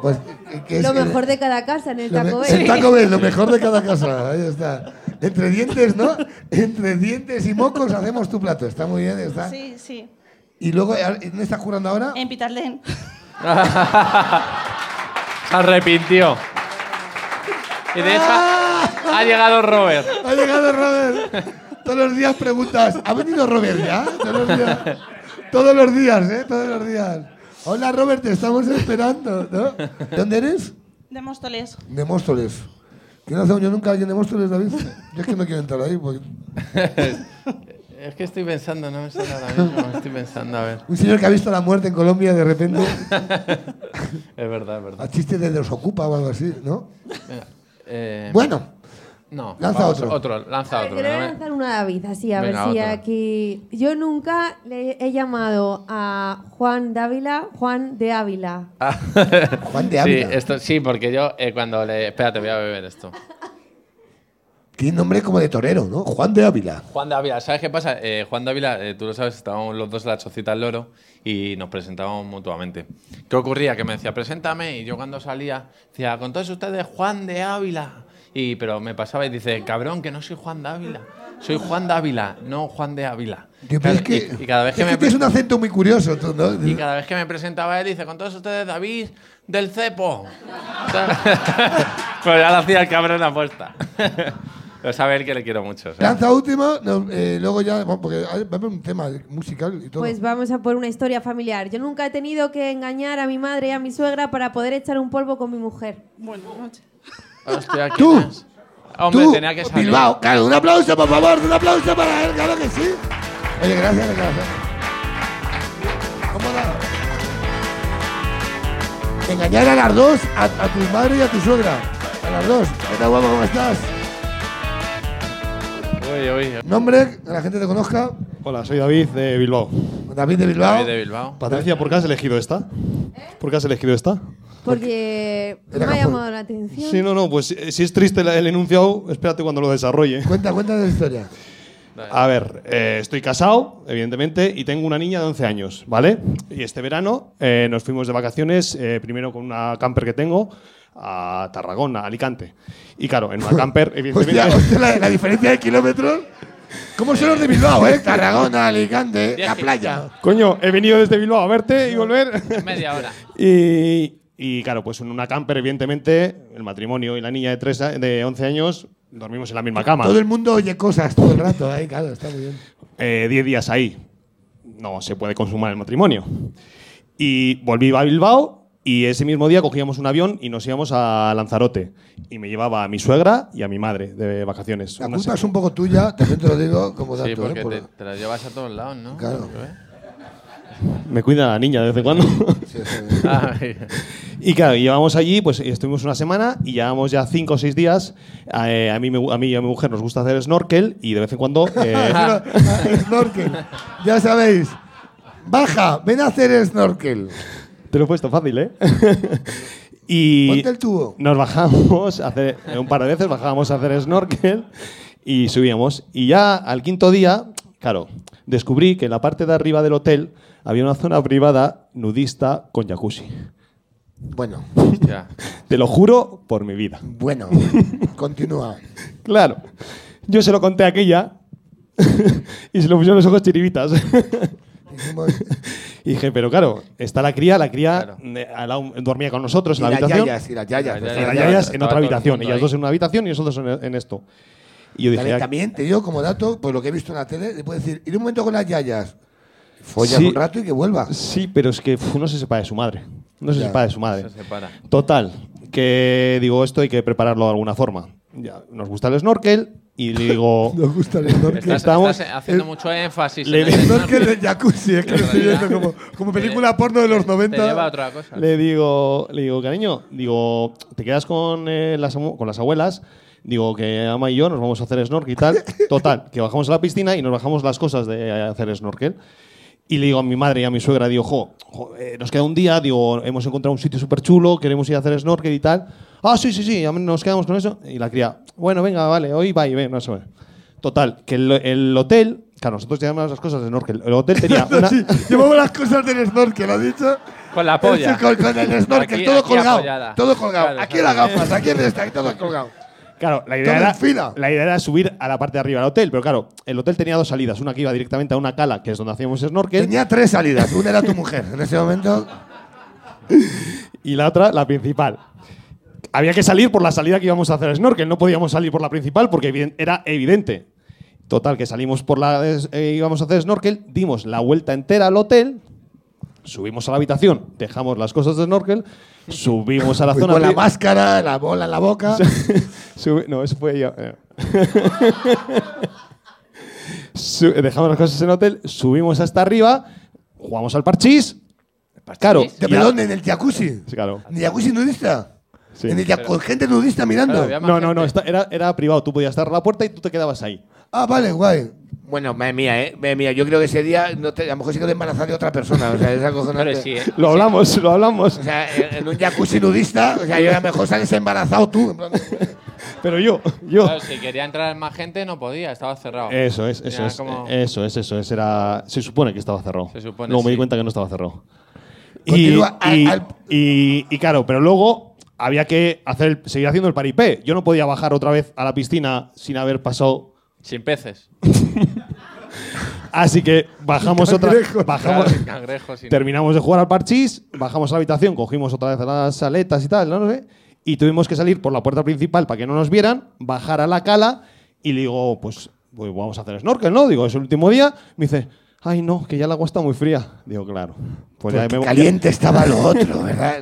Pues, eh, que es
Lo
el-
mejor de cada casa en el
Lo me-
Taco
El
Bell.
Taco Bell, lo mejor de cada casa. Ahí está. Entre dientes, ¿no? Entre dientes y mocos hacemos tu plato. Está muy bien, está.
Sí, sí.
Y luego, ¿no estás curando ahora?
En Pitarlen.
Se arrepintió. Y de hecho, ha llegado Robert.
Ha llegado Robert. Todos los días preguntas, ¿ha venido Robert ya? Todos los días, todos los días, ¿eh? Todos los días. Hola Robert, te estamos esperando, ¿no? ¿De ¿Dónde eres?
De Móstoles.
De Móstoles. ¿Quién hace yo nunca alguien de Móstoles, David? Yo es que no quiero entrar ahí. Porque...
Es que estoy pensando, no me sale ahora mismo. Estoy pensando, a ver.
Un señor que ha visto la muerte en Colombia de repente.
Es verdad, es
A
verdad.
chistes de los ocupa o algo así, ¿no?
Venga, eh,
Bueno.
No.
Lanza
vamos,
otro.
Otro, lanza
A ver,
otro.
quiero
¿no?
lanzar una a David, así, a
Venga,
ver si
otra.
aquí. Yo nunca le he llamado a Juan Dávila, Juan de Ávila.
Ah.
Juan de
sí,
Ávila.
esto, sí, porque yo eh, cuando le... Espérate, voy a beber esto.
Tiene nombre como de torero, ¿no? Juan de Ávila.
Juan Dávila, ¿sabes qué pasa? Eh, Juan Dávila, eh, tú lo sabes, estábamos los dos en la chocita del loro y nos presentábamos mutuamente. ¿Qué ocurría? Que me decía, preséntame, y yo cuando salía, decía, con todos ustedes, Juan de Ávila. Y, pero me pasaba y dice, cabrón, que no soy Juan de Ávila, soy Juan de Ávila, no Juan de Ávila. Claro, y, y cada vez que
Es
me
que tienes un acento muy curioso, tú, ¿no?
y cada vez que me presentaba él, dice, con todos ustedes, David del Cepo. Pero Pues ya lo hacía el cabrón apuesta. Pues Lo sabe él que le quiero mucho. ¿sabes?
Lanza última, no, eh, luego ya, bueno, porque hay- va a haber un tema musical y todo.
Pues vamos a por una historia familiar. Yo nunca he tenido que engañar a mi madre y a mi suegra para poder echar un polvo con mi mujer.
Buenas noches.
Hostia, ¿quién
Tú.
es? Hombre,
Tú,
tenía que salir.
Bilbao, claro, un aplauso, por favor, un aplauso para él, claro que sí. Oye, gracias, gracias. ¿Cómo da? Engañar a las dos, a, a tu madre y a tu suegra. A las dos. ¿Qué tal, guapo, cómo estás?
Muy Oye, oye.
Nombre, que la gente te conozca.
Hola, soy David de Bilbao.
David de Bilbao. David
de Bilbao.
Patricia, ¿por qué has elegido esta? ¿Por qué has elegido esta?
Porque me ha llamado la atención.
Sí, no, no, pues eh, si es triste la- el enunciado, espérate cuando lo desarrolle.
Cuenta, cuenta la historia.
A ver, eh, estoy casado, evidentemente, y tengo una niña de 11 años, ¿vale? Y este verano eh, nos fuimos de vacaciones, eh, primero con una camper que tengo, a Tarragona, a Alicante. Y claro, en una camper, evidentemente...
Hostia, hostia, la, la diferencia de kilómetros. ¿Cómo son los de Bilbao, eh? Tarragona, Alicante, la playa.
Coño, he venido desde Bilbao a verte y volver.
Media hora.
Y, y claro, pues en una camper, evidentemente, el matrimonio y la niña de, tres, a- de 11 años dormimos en la misma cama.
Todo el mundo oye cosas todo el rato, ahí, claro, está muy bien.
Eh, 10 días ahí. No se puede consumar el matrimonio. Y volví a Bilbao y ese mismo día cogíamos un avión y nos íbamos a Lanzarote. Y me llevaba a mi suegra y a mi madre de vacaciones.
La
Una
culpa
se-
es un poco tuya, también te lo digo como dato.
Sí, porque
¿eh? Por-
te, te la llevas a todos lados, ¿no?
Claro.
Me cuida la niña de vez en cuando.
Ay.
y claro, llevamos allí, pues estuvimos una semana y llevamos ya cinco o seis días. Eh, a, mí, me- a mí y a mi mujer nos gusta hacer snorkel y de vez en cuando... eh,
snorkel. Ya sabéis. Baja, ven a hacer snorkel.
Te lo he puesto fácil, ¿eh? y
Ponte el tubo.
Nos bajamos, a hacer, un par de veces bajábamos a hacer snorkel y subíamos. Y ya al quinto día, claro, descubrí que en la parte de arriba del hotel había una zona privada nudista con jacuzzi.
Bueno,
Ya.
Te lo juro por mi vida.
Bueno, continúa.
Claro. Yo se lo conté a aquella y se lo pusieron los ojos chiribitas. y dije, pero claro, está la cría, la cría eh, al lado- dormía con nosotros en
Y
la
las
habitación.
yayas, y las yayas,
Y las
estaba
yayas
todo-
en
estaba todo
otra
el
habitación.
mundo
Ellas
ahí.
dos en una habitación y nosotros en, en esto. Y yo dije,
también,
"Ah,
también te digo como dato, pues lo que he visto en la tele, le puedo decir, ir un momento con las yayas. Follas
Sí.
un rato y que vuelva.
Sí, pero es que uf, no se separa de su madre. No se
Ya.
separa de su madre.
Se separa.
Total, que digo, esto hay que prepararlo de alguna forma. Ya, nos gusta el snorkel y le digo...
nos gusta el snorkel.
Estás,
Estamos,
estás haciendo mucho énfacis.
le-
en el
Snorkel en jacuzzi, es que lo estoy viendo como, como película porno de los 90.
Te lleva a otra cosa.
Le digo, le digo, cariño, digo, te quedas con, eh, las, amu- con las abuelas. Digo que Ama y yo nos vamos a hacer snorkel y tal. Total, que bajamos a la piscina y nos bajamos las cosas de hacer snorkel. Y le digo a mi madre y a mi suegra, digo, jo, jo, eh, nos queda un día, digo, hemos encontrado un sitio súper chulo, queremos ir a hacer snorkel y tal. Ah, sí, sí, sí, ya nos quedamos con eso. Y la cría, bueno, venga, vale, hoy va y ve, no sé. Total, que el, el hotel, claro, nosotros llevamos las cosas de snorkel. El hotel tenía una,
Llevamos las cosas del snorkel, ¿lo has dicho?
Con la polla.
Con, con el snorkel,
Aquí-
todo
aquí
colgado.
apoyada.
Todo colgado.
Claro,
aquí
claro.
las gafas, aquí el esta, aquí todo colgado.
Claro, la
Todo
idea,
en
era,
fila.
la idea era subir a la parte de arriba del hotel, pero claro, el hotel tenía dos salidas, una que iba directamente a una cala, que es donde hacíamos snorkel.
Tenía tres salidas, una era tu mujer en ese momento.
Y la otra, la principal. Había que salir por la salida que íbamos a hacer snorkel, no podíamos salir por la principal porque eviden- era evidente. Total, que salimos por la. des- eh, íbamos a hacer snorkel, dimos la vuelta entera al hotel, subimos a la habitación, dejamos las cosas de snorkel, subimos a la
Fui
zona.
con la
pri-
máscara, la bola en la boca.
Sube- no, eso fue yo. eh. Su- dejamos las cosas en el hotel, subimos hasta arriba, jugamos al parchís. Claro.
¿De perdón, en el jacuzzi?
Sí, claro.
¿En el jacuzzi nudista?
Sí.
¿En el jacuzzi con gente nudista mirando?
No, no, no, esta- era, era privado. Tú podías estar a la puerta y tú te quedabas ahí.
Ah, vale, guay.
Bueno, madre mía, ¿eh? Madre mía, yo creo que ese día no te- a lo mejor se quedó embarazada de otra persona. O sea, es acojonante.
Pero sí, ¿eh?
Lo hablamos, lo hablamos.
O sea,
En en un jacuzzi nudista, o sea, yo a lo mejor sales embarazado tú. en plan de-
Pero yo, yo.
Claro, si quería entrar más gente no podía, estaba cerrado.
Eso es, eso
Era
es,
como-
eh, eso es, eso es. Era, se supone que estaba cerrado.
Se supone,
Luego me di
sí.
cuenta que no estaba cerrado. Y,
Continúa, al-
y-
al-
y- y claro, pero luego había que hacer, el- seguir haciendo el paripé. Yo no podía bajar otra vez a la piscina sin haber pasado
Sin peces.
Así que bajamos
Sin
otra
cangrejos.
bajamos,
Claro, sin cangrejos, sin-
terminamos de jugar al parchís, bajamos a la habitación, cogimos otra vez las aletas y tal, no, sé, y tuvimos que salir por la puerta principal para que no nos vieran, bajar a la cala y le digo, pues, pues vamos a hacer snorkel, ¿no? Digo, es el último día, me dice, ay no, que ya el agua está muy fría. Digo, claro. Pues
Porque caliente estaba lo otro, ¿verdad?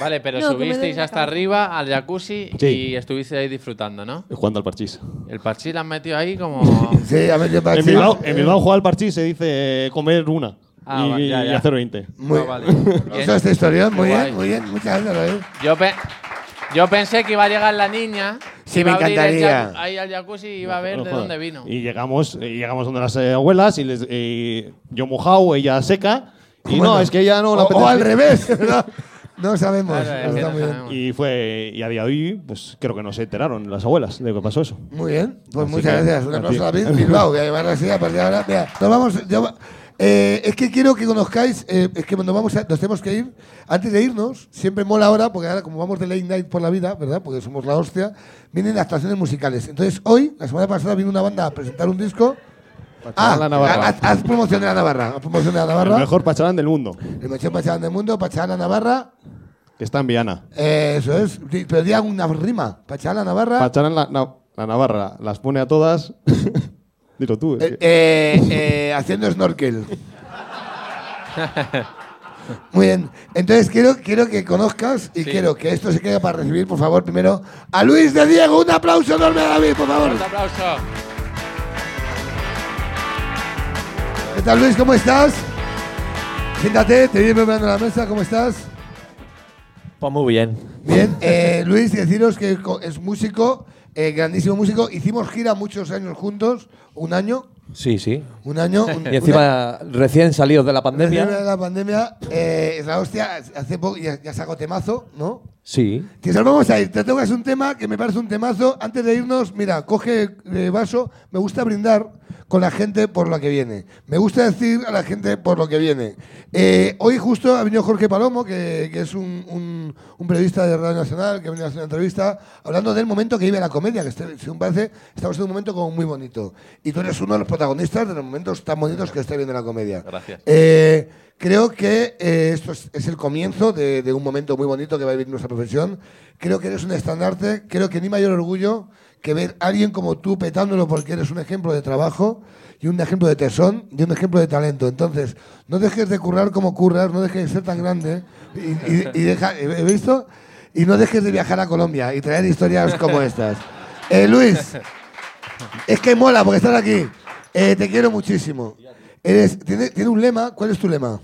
Vale, pero
No, que me
subisteis
duele la
hasta arriba al jacuzzi
Sí.
y estuvisteis ahí disfrutando, ¿no?
Jugando al parchís.
El parchís la han metido ahí como.
Sí, a ver, yo
En Bilbao, en Bilbao jugar al parchís se dice eh, comer una
Ah,
y,
va, ya,
y
ya.
hacer 20.
Muy
No, vale.
bien. esta historia, muy
Guay.
bien, muy bien. Muchas gracias, ¿eh?
Yo, pe- yo pensé que iba a llegar la niña.
Sí, me
Iba a abrir el
encantaría.
jacu- ahí al jacuzzi y iba a ver
No
de
jodas.
dónde vino.
Y llegamos, eh, llegamos donde las eh, abuelas y les, eh, yo mojado, ella seca. Y no, es que ella no la
O, o
apetece.
al revés, ¿verdad? No sabemos. Está muy bien.
Y fue y a día de hoy, pues creo que no se enteraron las abuelas de que pasó eso.
Muy bien, pues
Así
muchas
que,
gracias. Un
a ti.
aplauso a David Bilbao, que además la ciudad a partir de ahora. Mira, nos vamos, ya va- eh, es que quiero que conozcáis, eh, es que nos, vamos a- nos tenemos que ir. Antes de irnos, siempre mola ahora, porque ahora como vamos de late night por la vida, ¿verdad? Porque somos la hostia, vienen las actuaciones musicales. Entonces hoy, la semana pasada, vino una banda a presentar un disco. Ah,
la Navarra.
haz, haz promoción de la Navarra. Haz promoción de la Navarra.
El mejor pacharán del mundo,
El mejor Pacharán del mundo, Pacharán Navarra.
que está en Viana.
eh, eso es. Di- Pero di alguna rima. Pacharán Navarra.
Pacharán la, na- la Navarra, las pone a todas. Dilo tú. es
Eh,
que-
eh, eh, haciendo snorkel. Muy bien. Entonces quiero, quiero que conozcas y quiero que esto se quede para recibir, por favor, primero a Luis de Diego. Un aplauso enorme a David, por favor.
Fuerte aplauso.
¿Qué tal, Luis? ¿Cómo estás? Siéntate, te viene preparando la mesa. ¿Cómo estás?
Pues muy bien.
Bien. Eh, Luis, deciros que co- es músico, eh, grandísimo músico. Hicimos gira muchos años juntos, un año.
Sí, sí.
Un año, un-
y encima, recién salidos de la
Desde
pandemia.
La pandemia, eh, es la hostia, hace poco ya, ya sacó temazo, ¿no?
Sí.
Tío, ahora vamos a ir. Te tocas un tema que me parece un temazo. Antes de irnos, mira, coge eh, vaso. Me gusta brindar con la gente por la que viene. Me gusta decir a la gente por lo que viene. Eh, hoy justo ha venido Jorge Palomo, que, que es un, un- un periodista de Radio Nacional, que ha venido a hacer una entrevista, hablando del momento que vive la comedia, que este- según parece, estamos en un momento como muy bonito. Y tú eres uno de los protagonistas de los momentos tan bonitos que está viendo la comedia.
Gracias.
Eh, creo que eh, esto es, es el comienzo de, de un momento muy bonito que va a vivir nuestra profesión. Creo que eres un estandarte. Creo que ni mayor orgullo que ver a alguien como tú petándolo porque eres un ejemplo de trabajo y un ejemplo de tesón y un ejemplo de talento. Entonces, no dejes de currar como curras, no dejes de ser tan grande. Y, y- y deja, ¿he visto? Y no dejes de viajar a Colombia y traer historias como estas. Eh, Luis, es que mola porque estás aquí. Eh, te quiero muchísimo. Eres, tiene, tiene un lema. ¿Cuál es tu lema?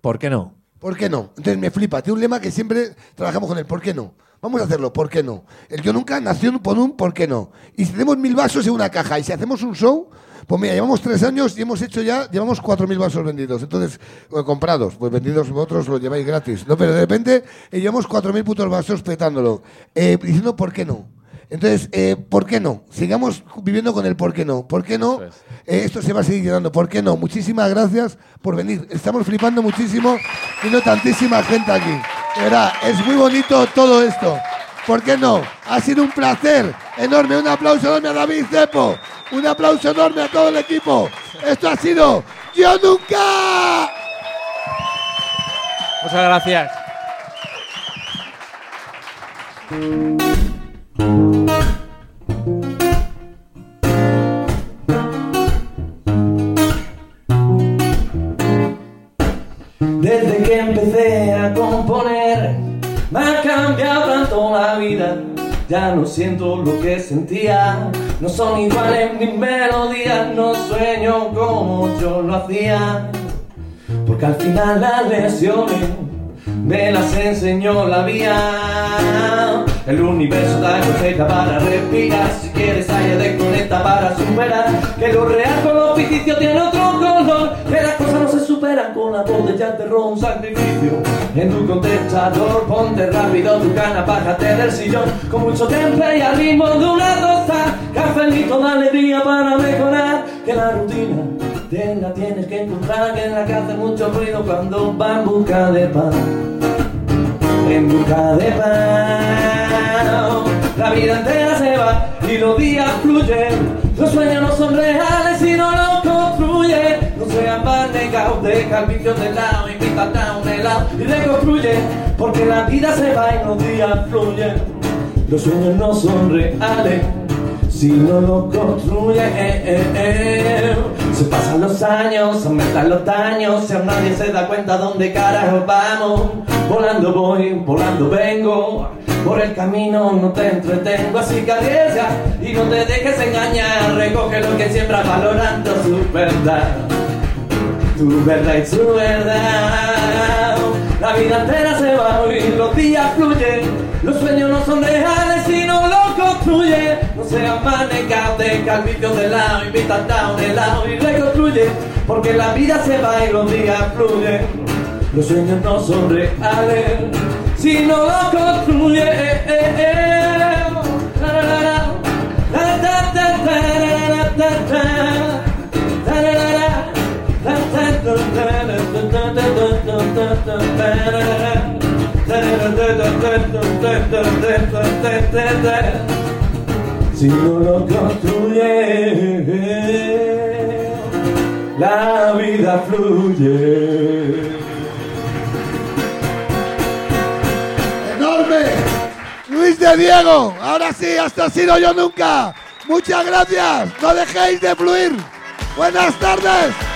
¿Por qué no?
¿Por qué no? Entonces me flipa. Tiene un lema que siempre trabajamos con él. ¿Por qué no? Vamos a hacerlo. ¿Por qué no? El yo nunca nació por un ¿por qué no? Y si tenemos mil vasos en una caja y si hacemos un show, pues mira, llevamos tres años y hemos hecho ya, llevamos cuatro mil vasos vendidos. Entonces, o comprados, pues vendidos vosotros los lleváis gratis. No, pero de repente eh, llevamos cuatro mil putos vasos petándolo. Eh, diciendo ¿por qué no? Entonces, eh, ¿por qué no? Sigamos viviendo con el por qué no. ¿Por qué no? Eh, esto se va a seguir llenando. ¿Por qué no? Muchísimas gracias por venir. Estamos flipando muchísimo. Vino tantísima gente aquí. De verdad, es muy bonito todo esto. ¿Por qué no? Ha sido un placer enorme. Un aplauso enorme a David Cepo. Un aplauso enorme a todo el equipo. Esto ha sido Yo Nunca.
Muchas gracias.
Desde que empecé a componer, me ha cambiado tanto la vida. Ya no siento lo que sentía, no son iguales mis melodías, no sueño como yo lo hacía. Porque al final las lesiones me las enseñó la vía. El universo da receta para respirar, si quieres haya desconecta para superar. Que lo real con lo ficticio tiene otro color, que las cosas no se superan con la botella de ron, sacrificio. En tu contestador ponte rápido tu cana, bájate del sillón con mucho temple y al ritmo de una rosa. Cafelito de alegría para mejorar, que la rutina te la tienes que encontrar, que es la que hace mucho ruido cuando va en busca de pan en busca de pan. oh. La vida entera se va y los días fluyen. Los sueños no son reales si no los construyen. No sean más negados, deja el vicio de lado, invita a un helado y reconstruye. Porque la vida se va y los días fluyen. Los sueños no son reales si no los construye. eh, Se pasan los años, aumentan los daños, si aún nadie se da cuenta dónde carajo vamos. Volando voy, volando vengo, por el camino no te entretengo, así que arriesga y no te dejes engañar. Recoge lo que siembras valorando su verdad, tu verdad y su verdad. La vida entera se va y los días fluyen, los sueños no son reales sino locos reconstruye. No seas maneca de calvicio de lado, invita al down de lado y reconstruye. Porque la vida se va y los días fluyen. Los sueños no son reales si no los construye. eh, eh, eh. La, la, la, la. La, ta, ta, ta, la, la, ta, ta. La, la, la, la. La, ta, ta, ta, la, ta, ta, ta, ta, ta, ta, ta, la, la. Si no lo construye, la vida fluye.
¡Enorme! Luis de Diego, ahora sí, hasta ha sido yo nunca. Muchas gracias, no dejéis de fluir. Buenas tardes.